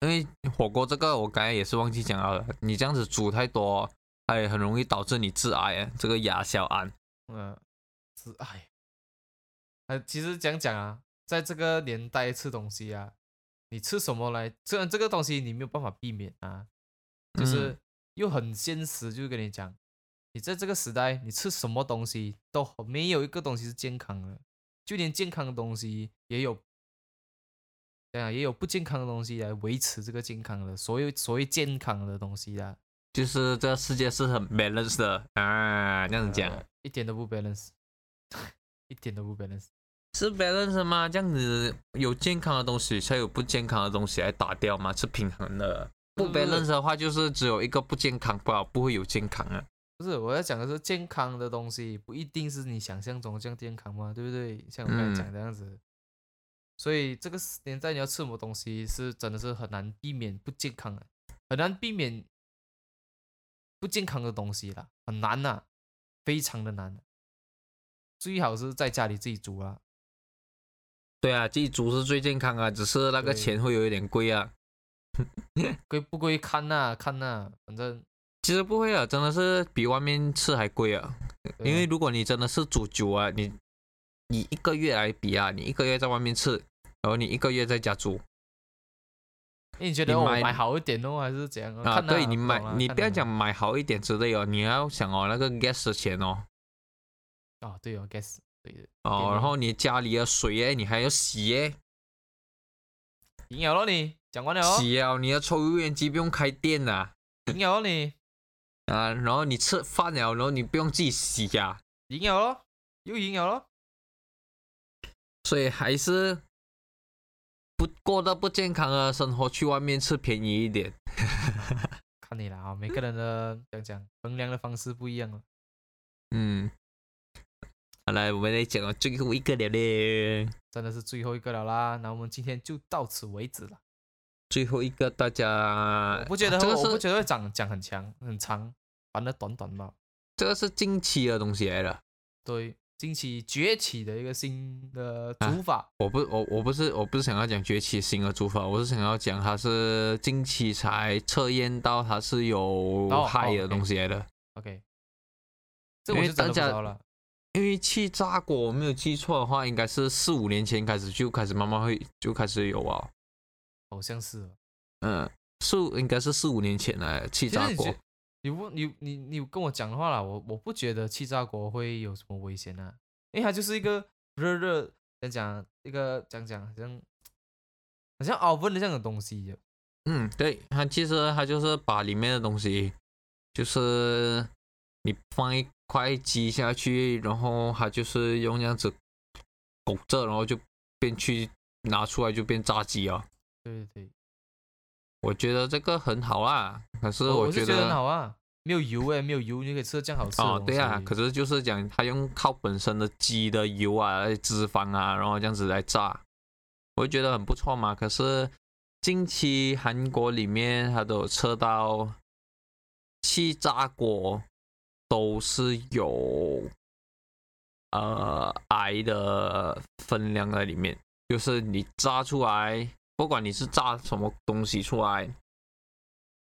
[SPEAKER 2] 因为火锅这个我刚才也是忘记讲了，你这样子煮太多，它也很容易导致你致癌，这个亚硝胺。
[SPEAKER 1] 嗯、是哎，呃，其实讲讲啊，在这个年代吃东西啊，你吃什么来？虽然这个东西你没有办法避免啊，就是
[SPEAKER 2] 嗯
[SPEAKER 1] 又很现实，就是跟你讲，你在这个时代，你吃什么东西都很没有一个东西是健康的，就连健康的东西也有，对啊，也有不健康的东西来维持这个健康的，所有所谓健康的东西啊，
[SPEAKER 2] 就是这个世界是很 balance 的啊，这样子讲、
[SPEAKER 1] 呃一点都不 balance，一点都不 balance。
[SPEAKER 2] 是 balance 的吗？这样子有健康的东西才有不健康的东西来打掉吗？是平衡的。不
[SPEAKER 1] 不是
[SPEAKER 2] balance 的话，就是只有一个不健康，不好不会有健康啊。
[SPEAKER 1] 不是，我要讲的是健康的东西，不一定是你想象中这样健康嘛，对不对？像我刚才
[SPEAKER 2] 嗯
[SPEAKER 1] 讲的样子，所以这个时年代你要吃什么东西，是真的是很难避免不健康的，很难避免不健康的东西啦，很难呐、非常的难。最好是在家里自己煮啊，
[SPEAKER 2] 对啊，自己煮是最健康啊，只是那个
[SPEAKER 1] 对
[SPEAKER 2] 钱会有一点贵啊。
[SPEAKER 1] 贵不贵看呐、看呐、反正
[SPEAKER 2] 其实不会啊，真的是比外面吃还贵啊。
[SPEAKER 1] 对
[SPEAKER 2] 因为
[SPEAKER 1] 啊
[SPEAKER 2] 如果你真的是煮久啊，你你一个月来比啊，你一个月在外面吃，然后你一个月在家煮，
[SPEAKER 1] 诶你觉得
[SPEAKER 2] 你
[SPEAKER 1] 我
[SPEAKER 2] 买
[SPEAKER 1] 买好一点哦，还是怎样？
[SPEAKER 2] 啊，
[SPEAKER 1] 看呐
[SPEAKER 2] 对你
[SPEAKER 1] 懂
[SPEAKER 2] 买
[SPEAKER 1] 啊，
[SPEAKER 2] 你
[SPEAKER 1] 看
[SPEAKER 2] 不要
[SPEAKER 1] 呐
[SPEAKER 2] 讲买好一点之类哦，你要想哦，那个 gas 的钱哦，
[SPEAKER 1] 啊，对哦，guess 对的，对
[SPEAKER 2] 哦，
[SPEAKER 1] 的
[SPEAKER 2] 然后你家里的水耶，你还要洗哎耶，
[SPEAKER 1] 赢了咯你，讲完了哦。
[SPEAKER 2] 洗啊，你的抽油烟机不用开电呐、
[SPEAKER 1] 赢了咯你，
[SPEAKER 2] 啊，然后你吃饭了，然后你不用自己洗啊呀、
[SPEAKER 1] 赢了咯，又赢了咯。
[SPEAKER 2] 所以还是不过得不健康的生活，去外面吃便宜一点。
[SPEAKER 1] 看你了啊，每个人的讲讲衡量的方式不一样啊了。
[SPEAKER 2] 嗯，好来，我们来讲最后一个了嘞，
[SPEAKER 1] 真的是最后一个了啦，那我们今天就到此为止了。
[SPEAKER 2] 最后一个大家啊
[SPEAKER 1] 我，不觉得
[SPEAKER 2] 这
[SPEAKER 1] 会，
[SPEAKER 2] 个
[SPEAKER 1] 我不
[SPEAKER 2] 是
[SPEAKER 1] 觉得会讲讲很强很长，反正短短嘛。
[SPEAKER 2] 这个是近期的东西来的。
[SPEAKER 1] 对，近期崛起的一个新的
[SPEAKER 2] 啊
[SPEAKER 1] 煮法，
[SPEAKER 2] 我不，我我不是我不是想要讲崛起新的做法，我是想要讲它是近期才测验到它是有
[SPEAKER 1] 哦
[SPEAKER 2] 害
[SPEAKER 1] 哦
[SPEAKER 2] 的东西来的。
[SPEAKER 1] OK，这
[SPEAKER 2] 因
[SPEAKER 1] 我
[SPEAKER 2] 为
[SPEAKER 1] 就真的不知
[SPEAKER 2] 大家
[SPEAKER 1] 道了。
[SPEAKER 2] 因为气炸锅，我没有记错的话，应该是四五年前开始就开始慢慢会就开始有啊。
[SPEAKER 1] 好像是哦，
[SPEAKER 2] 嗯，四五应该是四五年前来
[SPEAKER 1] 其
[SPEAKER 2] 气
[SPEAKER 1] 实
[SPEAKER 2] 炸
[SPEAKER 1] 你
[SPEAKER 2] 锅
[SPEAKER 1] 觉。你问你你你跟我讲的话啦，我我不觉得气炸锅会有什么危险啊，因为它就是一个热热讲讲一个讲讲好像好像 oven 的这样的东西一样，
[SPEAKER 2] 嗯，对，它其实它就是把里面的东西，就是你放一块鸡下去，然后它就是用这样子拱着，然后就变去拿出来就变炸鸡啊。
[SPEAKER 1] 对对对，
[SPEAKER 2] 我觉得这个很好啊，可是
[SPEAKER 1] 哦我
[SPEAKER 2] 觉
[SPEAKER 1] 是
[SPEAKER 2] 得
[SPEAKER 1] 得很好啊，没有油哎、没有油你就可以吃到这样好吃的
[SPEAKER 2] 哦，对啊，
[SPEAKER 1] 东西
[SPEAKER 2] 可是就是讲他用靠本身的鸡的油啊、脂肪啊，然后这样子来炸，我就觉得很不错嘛。可是近期韩国里面他都有测到气炸锅都是有呃癌的分量在里面，就是你炸出来，不管你是炸什么东西出来，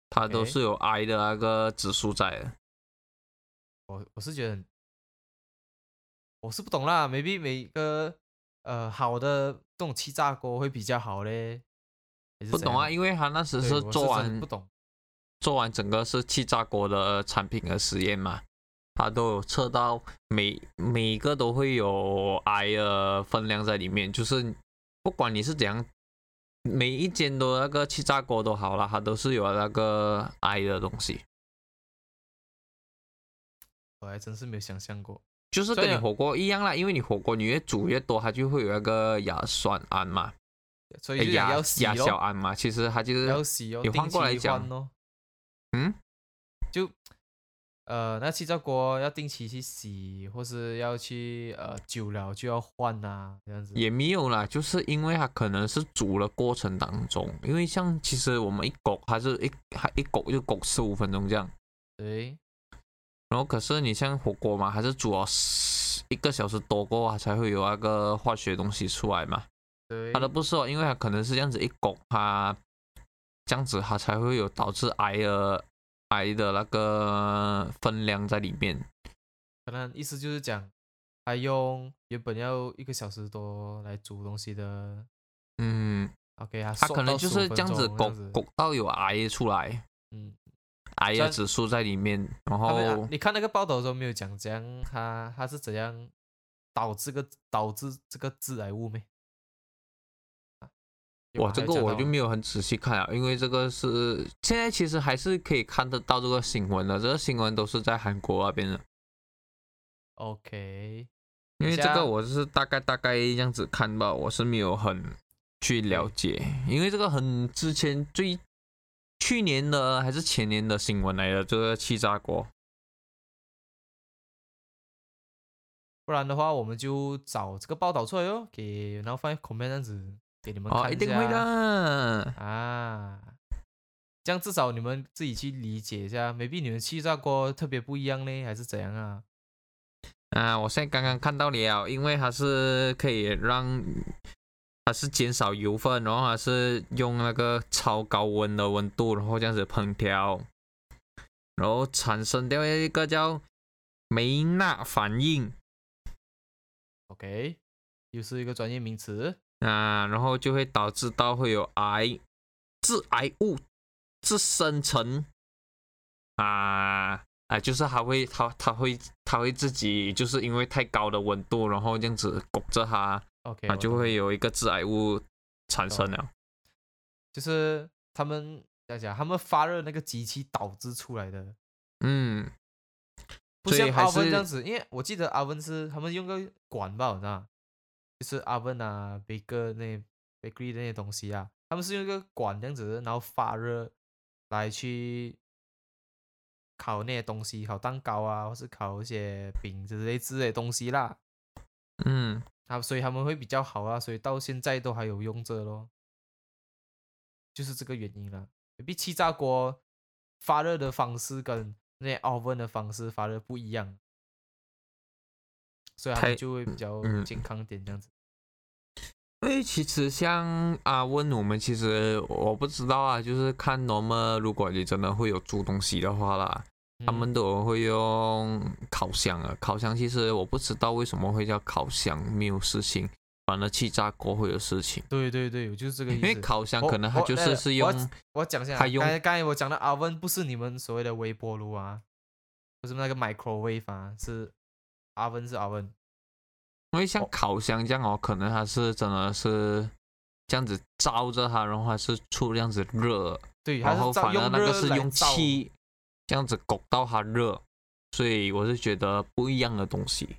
[SPEAKER 2] 它都
[SPEAKER 1] OK
[SPEAKER 2] 是有癌的那个指数在的。
[SPEAKER 1] 我我是觉得很我是不懂啦，maybe 每个呃好的这种气炸锅会比较好嘞，还是
[SPEAKER 2] 不
[SPEAKER 1] 怎
[SPEAKER 2] 懂啊，
[SPEAKER 1] 样，
[SPEAKER 2] 因为他那时
[SPEAKER 1] 对
[SPEAKER 2] 是
[SPEAKER 1] 我
[SPEAKER 2] 做
[SPEAKER 1] 真的
[SPEAKER 2] 完
[SPEAKER 1] 不懂，
[SPEAKER 2] 做完整个是气炸锅的产品的实验嘛，他都有测到每每个都会有 I 的分量在里面，就是不管你是怎样，每一间的那个气炸锅都好了，它都是有那个 I 的东西，
[SPEAKER 1] 我还真是没有想象过。
[SPEAKER 2] 就是跟
[SPEAKER 1] 所
[SPEAKER 2] 你
[SPEAKER 1] 以
[SPEAKER 2] 火锅一样啦，因为你火锅你越煮越多，它就会有那个亚酸胺嘛，
[SPEAKER 1] 所
[SPEAKER 2] 哎
[SPEAKER 1] 以就讲
[SPEAKER 2] 亚
[SPEAKER 1] 要洗
[SPEAKER 2] 亚硝
[SPEAKER 1] 咯，
[SPEAKER 2] 胺嘛，其实它就是
[SPEAKER 1] 要洗哦，
[SPEAKER 2] 你换
[SPEAKER 1] 定
[SPEAKER 2] 过
[SPEAKER 1] 期
[SPEAKER 2] 来讲
[SPEAKER 1] 换哦，
[SPEAKER 2] 嗯，
[SPEAKER 1] 就呃，那气炸锅要定期去洗，或是要去呃久了就要换呐、这样子。
[SPEAKER 2] 也没有啦，就是因为它可能是煮的过程当中，因为像其实我们一拱，它是一它一拱就拱十五分钟这样，
[SPEAKER 1] 对，
[SPEAKER 2] 然后可是你像火锅嘛，它是煮了10一个小时多过后它才会有那个化学东西出来嘛，
[SPEAKER 1] 对，
[SPEAKER 2] 它的不是哦，因为它可能是这样子一拱它，这样子它才会有导致癌的癌的那个分量在里面，
[SPEAKER 1] 可能意思就是讲，他用原本要一个小时多来煮东西的
[SPEAKER 2] 嗯，
[SPEAKER 1] ，OK，他
[SPEAKER 2] 它
[SPEAKER 1] 缩
[SPEAKER 2] 可能
[SPEAKER 1] 到
[SPEAKER 2] 就
[SPEAKER 1] 15
[SPEAKER 2] 是
[SPEAKER 1] 分
[SPEAKER 2] 这样子
[SPEAKER 1] 钟
[SPEAKER 2] 拱拱到有癌出来。
[SPEAKER 1] 嗯，
[SPEAKER 2] 癌
[SPEAKER 1] 虽
[SPEAKER 2] 的
[SPEAKER 1] 然
[SPEAKER 2] 指数在里面，然
[SPEAKER 1] 他们、啊
[SPEAKER 2] 后
[SPEAKER 1] 你看那个报道的时候没有讲怎样他他是怎样导致个导致这个致癌物没？啊有
[SPEAKER 2] 哇，
[SPEAKER 1] 吗
[SPEAKER 2] 这
[SPEAKER 1] 还有
[SPEAKER 2] 个
[SPEAKER 1] 讲
[SPEAKER 2] 我
[SPEAKER 1] 到
[SPEAKER 2] 就
[SPEAKER 1] 吗
[SPEAKER 2] 没有很仔细看啊了，因为这个是现在其实还是可以看得到这个新闻的，这个新闻都是在韩国那边的，
[SPEAKER 1] OK，
[SPEAKER 2] 因为这
[SPEAKER 1] 等一下
[SPEAKER 2] 个我是大概大概这样子看吧，我是没有很去了
[SPEAKER 1] 嗯
[SPEAKER 2] 解，因为这个很之前最去年的还是前年的新闻来的，这个气炸锅，
[SPEAKER 1] 不然的话我们就找这个报道出来哟，给然后放在 comment 这样子给你们看
[SPEAKER 2] 哦，一定会
[SPEAKER 1] 下
[SPEAKER 2] 的，
[SPEAKER 1] 啊，这样至少你们自己去理解一下，maybe 你们气炸锅特别不一样呢，还是怎样啊？
[SPEAKER 2] 啊，我现在刚刚看到了，因为它是可以让，它是减少油分，然后它是用那个超高温的温度，然后这样子烹调，然后产生掉一个叫梅纳反应
[SPEAKER 1] OK，又是一个专业名词。
[SPEAKER 2] 啊，然后就会导致到会有癌致癌物致生成啊啊，就是它会它它会它会自己就是因为太高的温度，然后这样子拱着它。
[SPEAKER 1] OK，
[SPEAKER 2] 啊，
[SPEAKER 1] 我
[SPEAKER 2] 就
[SPEAKER 1] 懂
[SPEAKER 2] 会有一个致癌物产生了。
[SPEAKER 1] 就是他们讲讲他们发热那个机器导致出来的，
[SPEAKER 2] 嗯，
[SPEAKER 1] 不
[SPEAKER 2] 所以
[SPEAKER 1] 像
[SPEAKER 2] 还
[SPEAKER 1] 阿文
[SPEAKER 2] 是
[SPEAKER 1] 这样子，因为我记得阿文是他们用个管吧，你知道吗，就是阿文啊、baker 那 bakery 那些东西啊，他们是用一个管这样子，然后发热来去烤那些东西，烤蛋糕啊，或是烤一些饼之类之类的东西啦。
[SPEAKER 2] 嗯，
[SPEAKER 1] 啊，所以他们会比较好啊，所以到现在都还有用着咯，就是这个原因啦。比气炸锅发热的方式跟那些 oven 的方式发热不一样，所以他
[SPEAKER 2] 太
[SPEAKER 1] 们就会比较
[SPEAKER 2] 嗯
[SPEAKER 1] 健康点这样子。
[SPEAKER 2] 因为其实像阿温，我们其实我不知道啊，就是看 normal，如果你真的会有煮东西的话啦，他
[SPEAKER 1] 嗯
[SPEAKER 2] 们都会用烤箱啊。烤箱其实我不知道为什么会叫烤箱，没有事情，反而气炸锅会有事情。
[SPEAKER 1] 对对对，我就是这个意
[SPEAKER 2] 因
[SPEAKER 1] 思。
[SPEAKER 2] 为烤箱
[SPEAKER 1] 我
[SPEAKER 2] 可能它
[SPEAKER 1] 我
[SPEAKER 2] 就
[SPEAKER 1] 那个
[SPEAKER 2] 是是
[SPEAKER 1] 我
[SPEAKER 2] 用
[SPEAKER 1] 要我讲一下啊，
[SPEAKER 2] 它用
[SPEAKER 1] 刚才刚才我讲的 oven 不是你们所谓的微波炉啊，不是那个 microwave 啊，是 oven 是 oven。
[SPEAKER 2] 因为像
[SPEAKER 1] 哦
[SPEAKER 2] 烤箱这样哦，可能它是真的是这样子照着它，然后它是出这样子热，
[SPEAKER 1] 对，它
[SPEAKER 2] 然后
[SPEAKER 1] 是
[SPEAKER 2] 反
[SPEAKER 1] 照
[SPEAKER 2] 而
[SPEAKER 1] 用
[SPEAKER 2] 那个
[SPEAKER 1] 热
[SPEAKER 2] 是
[SPEAKER 1] 来
[SPEAKER 2] 用
[SPEAKER 1] 造
[SPEAKER 2] 气这样子拱到它热，所以我是觉得不一样的东西。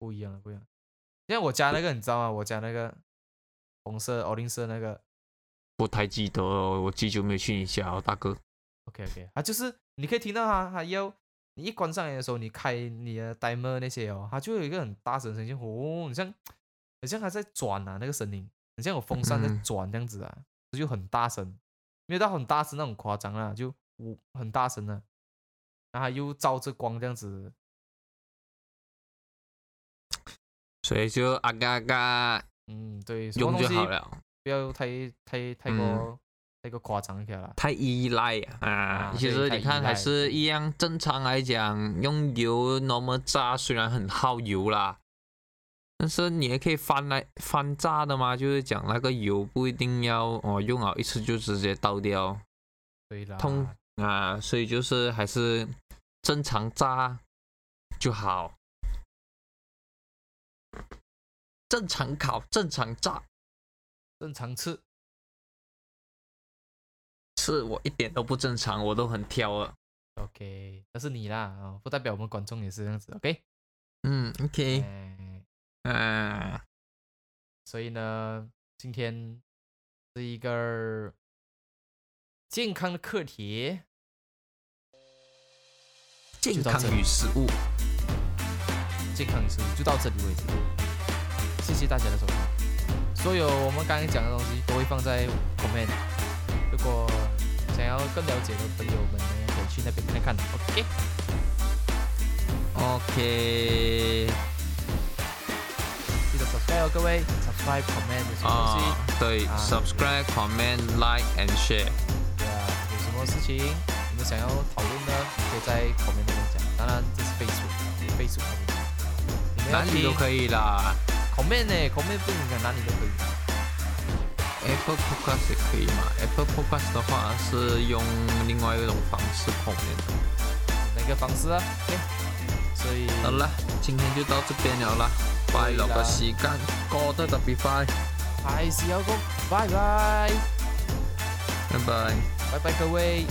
[SPEAKER 1] 不一样，不一样。因为我家那个你知道吗？我家那个红色、奥林色那个
[SPEAKER 2] 不太记得了，我记久没有去你家、哦，大哥。
[SPEAKER 1] ，OK OK，它就是你可以听到它，它要你一关上来的时候，你开你的 timer 那些哦，它就会有一个很大声的声音，哦，你像很像它在转啊，那个声音，很像有风扇在
[SPEAKER 2] 嗯
[SPEAKER 1] 转这样子啊，就很大声，没有到很大声那种夸张啊，就呜很大声的、然后它又照着光这样子，
[SPEAKER 2] 所以就啊嘎嘎
[SPEAKER 1] 嗯，对，什么
[SPEAKER 2] 用
[SPEAKER 1] 东
[SPEAKER 2] 就
[SPEAKER 1] 西
[SPEAKER 2] 好了，
[SPEAKER 1] 不要太太太过、
[SPEAKER 2] 嗯
[SPEAKER 1] 太过夸张一下啦。
[SPEAKER 2] 太依赖啊
[SPEAKER 1] 啊。
[SPEAKER 2] 其实
[SPEAKER 1] 对
[SPEAKER 2] 你看
[SPEAKER 1] 太依赖
[SPEAKER 2] 还是一样，正常来讲用油 normal 炸虽然很耗油啦，但是你也可以翻来翻炸的嘛，就是讲那个油不一定要哦用好一次就直接倒掉。
[SPEAKER 1] 对啦，
[SPEAKER 2] 通啊，所以就是还是正常炸就好，正常烤，正常炸，
[SPEAKER 1] 正常吃。
[SPEAKER 2] 是我一点都不正常，我都很挑啊了。
[SPEAKER 1] OK，那是你啦啊、不代表我们观众也是这样子。OK，
[SPEAKER 2] 嗯，OK，
[SPEAKER 1] 嗯，
[SPEAKER 2] 嗯、
[SPEAKER 1] 所以呢，今天是一个健康的课题。
[SPEAKER 2] 健
[SPEAKER 1] 就到
[SPEAKER 2] 康
[SPEAKER 1] 这里
[SPEAKER 2] 与食物。
[SPEAKER 1] 健康饮食就到这里为止。谢谢大家的收看，所有我们刚刚讲的东西都会放在 comment。如果想要更了解的朋友们呢，可以去那边看看。OK，
[SPEAKER 2] OK，
[SPEAKER 1] 记得 subscribe 哦各位，subscribe comment 有什么东西
[SPEAKER 2] 啊、对
[SPEAKER 1] 啊
[SPEAKER 2] ，subscribe、comment、like and share。
[SPEAKER 1] 对啊，有什么事情你们想要讨论的，可以在 comment 那边讲。当然这是 Facebook，Facebook 你们要
[SPEAKER 2] 哪里都
[SPEAKER 1] 听
[SPEAKER 2] 可以啦
[SPEAKER 1] comment 呢，comment 不能讲哪里都可以。
[SPEAKER 2] ，Apple Podcast 也可以嘛。Apple Podcast 的话是用另外一种方式 comment。
[SPEAKER 1] 那个方式啊，OK，所以
[SPEAKER 2] 嗯好啦，今天就到这边了啦，快乐嘅時間過得特別快，
[SPEAKER 1] 还是要讲拜拜，
[SPEAKER 2] 拜拜。
[SPEAKER 1] 拜拜各位。